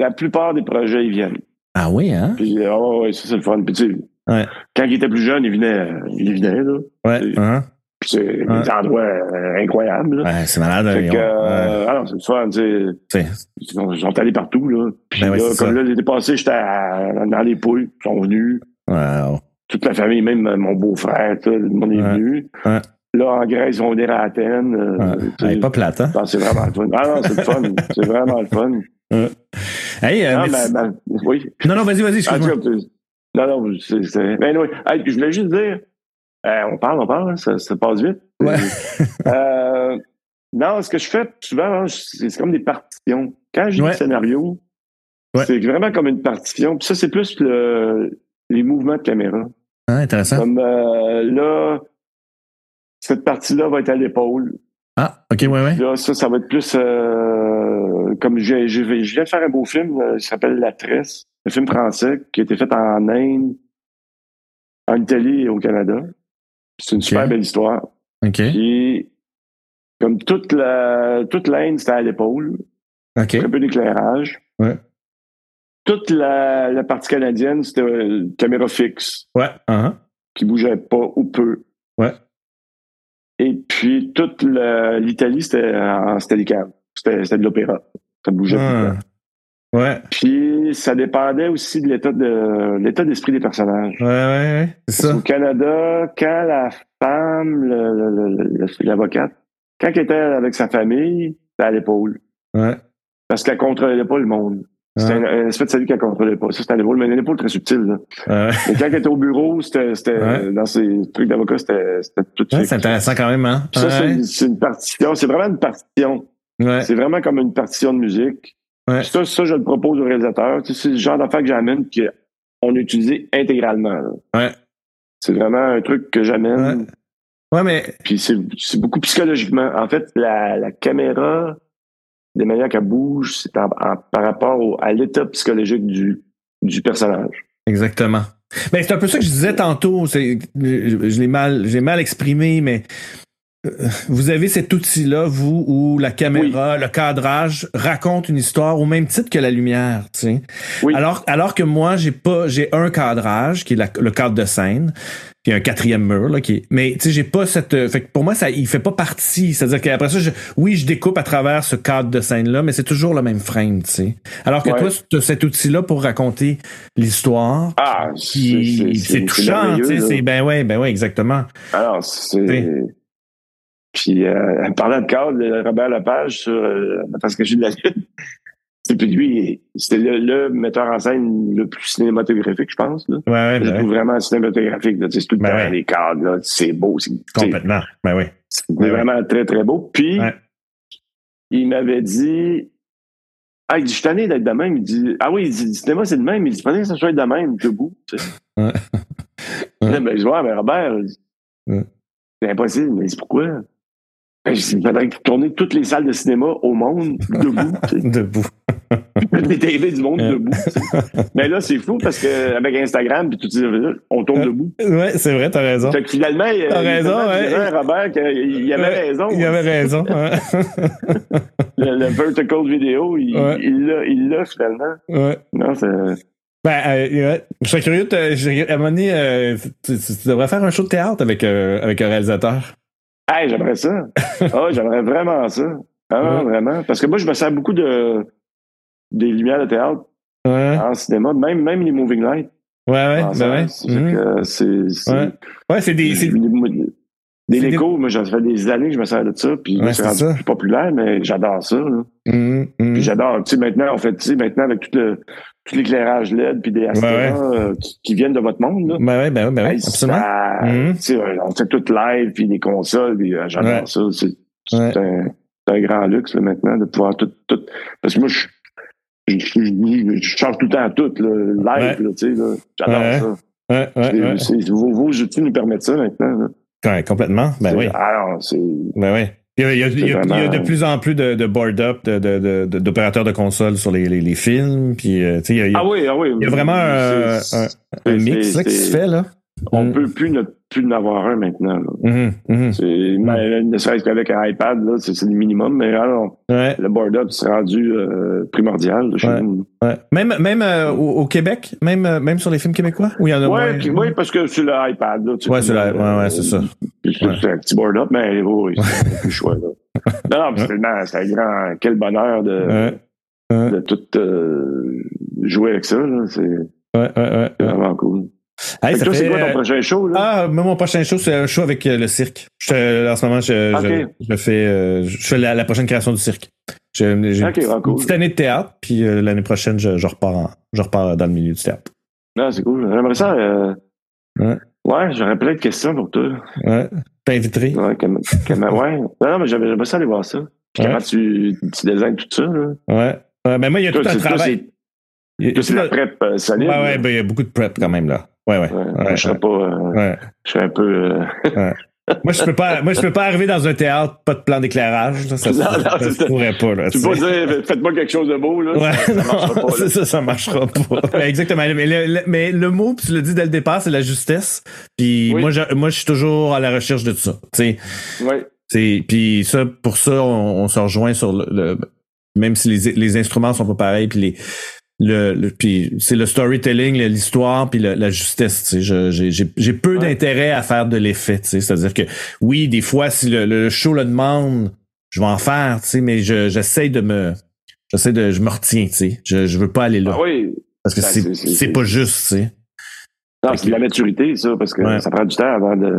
la plupart des projets, ils viennent. Ah oui, hein? Puis, euh, oh, ouais, ça, c'est le fun. Puis, tu sais, Ouais. quand il était plus jeune, il venait, euh, il venait, là. Ouais, c'est- hein? Puis, c'est des endroits euh, incroyables, là. Ouais, c'est malade. hein, Fait ils que, ont- ouais, euh, ah non, c'est le fun, tu sais. tu sais. Ils sont, ils sont allés partout, là. Puis Ben ouais, là, c'est comme ça. là, l'été passé, j'étais à- dans les poules, ils sont venus. Wow. Toute la famille, même euh, mon beau-frère, tout le monde est Ouais. venu. Ouais. Là, en Grèce, ils vont venir à Athènes. euh, Ouais. tu sais. Ouais, pas plate, hein? Non, c'est vraiment le fun. Ah non, c'est le fun. c'est vraiment le fun. Hey, euh, Ah, Ben, merci- ben, ben, oui. Non, non, vas-y, vas-y, En tout excuse-moi. cas, Ah, tu- non, non, c'est. c'est- Ben, anyway. Hey, puis je voulais juste dire, euh, on parle, on parle, hein, ça, ça passe vite. Ouais. Euh, non, ce que je fais souvent, hein, c'est c'est comme des partitions. Quand j'ai Ouais. un scénario, Ouais. c'est vraiment comme une partition. Puis ça, c'est plus le, les mouvements de caméra. Ah, intéressant. Comme euh, là, cette partie-là va être à l'épaule. Ah, ok, ouais, ouais. Là, ça, ça va être plus euh, comme j'ai, j'ai- je viens de faire un beau film euh, qui s'appelle La Tresse, un film français qui a été fait en Inde, en Italie et au Canada. C'est une super belle histoire. Ok. Puis, comme toute la toute l'Inde, c'était à l'épaule, OK. très peu d'éclairage. Ouais. Toute la, la partie canadienne, c'était euh, caméra fixe Ouais. uh-huh. qui bougeait pas ou peu. Ouais. Et puis toute la- l'Italie, c'était en steadicam. C'était c'était de l'opéra. Ça bougeait Ah. pas. Ouais, Puis ça dépendait aussi de l'état de l'état d'esprit des personnages. ouais, ouais, ouais. C'est Parce ça. qu'au Canada, quand la femme, le- le- le- le- l'avocate, quand elle était avec sa famille, c'était à l'épaule. Ouais. Ah, Parce qu'elle contrôlait pas le monde. C'était Ouais. un, un aspect de sa vie qu'elle contrôlait pas. Ça, c'était à l'épaule, mais une épaule très subtile. là. Ouais. Et quand elle était au bureau, c'était, c'était euh, Ouais. dans ces trucs d'avocat, c'était, c'était tout de Ouais, suite. c'est intéressant quand même, hein? Puis Ça, c'est ouais. une, c'est une partition. C'est vraiment une partition. ouais. C'est vraiment comme une partition de musique. Ouais. Puis Ça, ça, je le propose au réalisateur. Tu sais, c'est le genre d'affaires que j'amène qu'on a utilisé intégralement. là. Ouais. C'est vraiment un truc que j'amène. Ouais. Ouais, mais. Puis c'est, c'est beaucoup psychologiquement. En fait, la, la caméra, de manière qu'elle bouge, c'est en- en- par rapport au- à l'état psychologique du, du personnage. Exactement. Mais c'est un peu ça que je disais tantôt. C'est, je je l'ai mal, j'ai mal exprimé, mais euh, vous avez cet outil-là, vous, où la caméra, le cadrage raconte une histoire au même titre que la lumière, tu sais. Oui. Alors, alors que moi, j'ai pas, j'ai un cadrage qui est la- le cadre de scène, puis un quatrième mur là, qui est. Mais tu sais, j'ai pas cette. euh, Fait que pour moi, ça, il fait pas partie. C'est-à-dire qu'après ça, je- oui, je découpe à travers ce cadre de scène là, mais c'est toujours le même frame, tu sais. Alors que Ouais. toi, t'as cet outil là pour raconter l'histoire. Ah, c'est, Puis c'est- c'est- c'est c'est touchant, merveilleux, tu sais. là. c'est- Ben ouais, ben ouais, exactement. Alors, c'est. Oui. Puis, euh, parlant de cadre, le Robert Lepage sur euh, Parce que j'ai de la lune. C'est puis lui, c'était le, le metteur en scène le plus cinématographique, je pense. Là. Ouais, ouais, ben Je le ouais, trouve vraiment cinématographique. là. Tu sais, C'est tout le Ben temps ouais. les cadres, là, c'est beau. C'est tu sais, complètement. Ben ouais. c'est Ouais, ouais. vraiment très, très beau. Puis, Ouais. il m'avait dit Ah, il dit, je suis tanné d'être de même. Il dit Ah oui, il dit, le cinéma, c'est de même. Il dit Prenez que ça soit de même, debout. tu sais. Ouais. Là, ben, je vois, mais ben, Robert, Ouais. C'est impossible, mais c'est pourquoi? Ben, je dis, Il faudrait tourner toutes les salles de cinéma au monde debout. tu sais. Debout. Toutes les TV du monde Ouais. debout. tu sais. Mais là, c'est fou parce que avec Instagram et tout ça, on tourne Ouais. debout. Ouais, c'est vrai, t'as raison. Fait que finalement, il- T'as il- raison, finalement, ouais. je dirais à Robert qu'il avait Ouais, raison. Il avait raison. hein. Le, le vertical vidéo, il Ouais. il l'a il l'a finalement. ouais. Non, c'est. Ben, euh, ouais. je serais curieux, de te- je- à un moment donné, euh, tu, tu- tu devrais faire un show de théâtre avec, euh, avec un réalisateur. Hey, j'aimerais ça. Ah, j'aimerais vraiment ça. Ah, Ouais. vraiment. Parce que moi, je me sers beaucoup de des lumières de théâtre Ouais, en cinéma, même, même les moving lights. ouais, ouais. en ben ouais. sens. Fait Mhm. que C'est. c'est- Ouais. Ouais, c'est des. c'est- Des, c'est des- lécos, moi, ça fait des années que je me sers de ça, puis Ouais, c'est c'est rendu ça. plus populaire, mais j'adore ça. là. Mhm, mhm. Puis j'adore, tu sais, maintenant, en fait, tu sais, maintenant, avec tout le- tout l'éclairage LED puis des astras ouais. euh, qui, qui viennent de votre monde, là. Ben ouais, ben ouais, ben ouais, Hey, absolument. ça- Mhm. tu sais, euh, on fait tout live, puis des consoles, puis euh, j'adore Ouais. ça. C'est c'est Ouais. un, c'est un grand luxe, là, maintenant, de pouvoir tout, tout... Parce que moi, je, je, je- je change tout le temps tout, là, live, là, tu sais, là. J'adore Ouais. ça. Ouais, ouais, ouais. C'est- c'est- Vos, vos outils nous permettent ça, maintenant. là. Ouais, complètement. Ben C'est- oui. Alors, c'est... Ben oui. Il y a, il y a- il y a- vraiment- il y a de plus en plus de, de board-up, de- de- de- de- d'opérateurs de, consoles sur les, les, les films. Puis, euh, tu sais, il y a, il y a- Ah oui, ah oui. il y a vraiment un, C'est- un- c'est- un mix c'est- là, qui se c'est- fait, là. On Mm. peut plus ne plus en avoir un maintenant. là. Mhm, mhm. C'est- mais, Ne serait-ce qu'avec un iPad, là, c'est c'est le minimum, mais alors, Ouais, le board-up c'est rendu euh, primordial là, chez Ouais. nous. ouais. Même, même euh, au, au Québec, même, euh, même sur les films québécois, où il y en a Ouais, moins. puis- oui, parce que sur l'iPad. là, tu- Ouais, c'est la- ouais, ouais, c'est ça. Puis C'est Ouais. c'est un petit board-up, mais oh, oui, c'est plus choix. Là. Non, non, puis tellement, c'est un grand. Quel bonheur de, Ouais, ouais, de tout euh, jouer avec ça. là, C'est ouais, ouais, ouais. c'est vraiment cool. Hey, euh, Fait que ça toi, c'est fait, quoi euh, ton prochain show? Là? Ah, moi, mon prochain show, c'est un show avec euh, le cirque. Je, euh, en ce moment, je, Ok. je, je fais, euh, je fais la, la prochaine création du cirque. J'ai j'ai une, Ok, petite- ah, cool. une petite année de théâtre, puis euh, l'année prochaine, je, je repars en- je repars dans le milieu du théâtre. Non, c'est cool. J'aimerais ça. euh, Ouais. Ouais, j'aurais plein de questions pour toi. Ouais. T'es invité. Ouais, comment, comment- ouais. Non, non, mais j'avais- j'aimerais ça aller voir ça. Puis Ouais. comment tu, tu designes tout ça, là? Ouais. Ouais, ben moi, il y a Toi, tout un c'est- toi, travail. c'est- Il y a- toi, c'est il y a la tout prep euh, un- solide. Ouais, ouais, là. ben, il y a beaucoup de prep quand même, là. Ouais, ouais. Ouais, ouais, moi, je serais ouais. pas. euh, ouais. je serais un peu. euh, moi, je peux pas, moi, je peux pas arriver dans un théâtre, pas de plan d'éclairage, là. Ça, Non, ça- non, ça c'est se ça. pourrait pas, là. Tu tu peux pas sais. dire, euh, faites-moi quelque chose de beau, là. Ouais, ça, ça marchera non, pas, là. c'est ça, ça marchera pas. Ben, exactement. Mais le, le- mais le mot, puis tu l'as dit dès le départ, c'est la justesse. Puis Oui. moi, je, moi, je suis toujours à la recherche de tout ça. tu sais. Ouais. C'est- Puis ça, pour ça, on, on se rejoint sur le, le- même si les, les instruments sont pas pareils, puis les le, le- puis c'est le storytelling, le- l'histoire, puis le- la justesse. tu sais. Je- j'ai- J'ai j'ai peu Ouais. d'intérêt à faire de l'effet. tu sais. C'est-à-dire que oui, des fois, si le, le show le demande, je vais en faire, tu sais, mais je- j'essaie de me j'essaie de je me retiens, tu sais. Je, je veux pas aller là. Ah oui. Parce que Ben, c'est c'est- c'est- c'est pas juste, tu sais. Non, c'est de la maturité, ça, parce que Ouais. ça prend du temps avant de.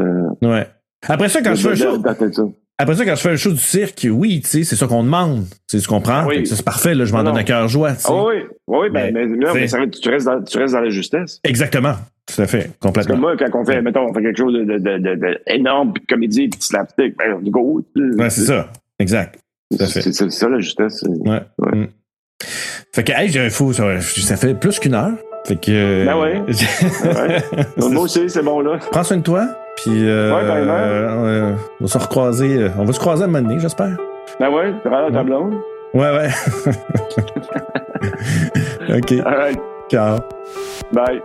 Ouais. Après ça, quand de- je fais un de- show, d'atteindre ça. après ça, quand je fais un show du cirque, oui, tu sais, c'est ça qu'on demande. Tu sais, tu comprends? Oui. Fait que ça, C'est parfait, là, je m'en Non, donne à non. cœur joie. tu sais. Ah oui, oui, oui, ben, Mais, mais, non, tu sais. mais ça reste- tu, restes dans, tu restes dans la justesse. Exactement. Tout à fait. Parce que Complètement. moi, quand on fait, mettons, on fait quelque chose d'énorme, de, de, de, de énorme, puis de comédie, puis de slapstick, ben, go. Ouais, c'est ça. Exact. tout à fait. C'est c'est- c'est ça, la justesse. Ouais. Ouais. Mm. Fait que, hey, j'ai un fou. Ça, ça fait plus qu'une heure. Fait que. euh, Ben ouais. Ouais. Moi aussi, c'est bon, là. Prends soin de toi. Puis. euh, Ouais, ben, ben. euh, on va se recroiser. euh, On va se croiser à un moment donné, j'espère. Ben ouais, t'as l'air ta blonde. Ouais, ouais. OK. All right, Ciao. bye.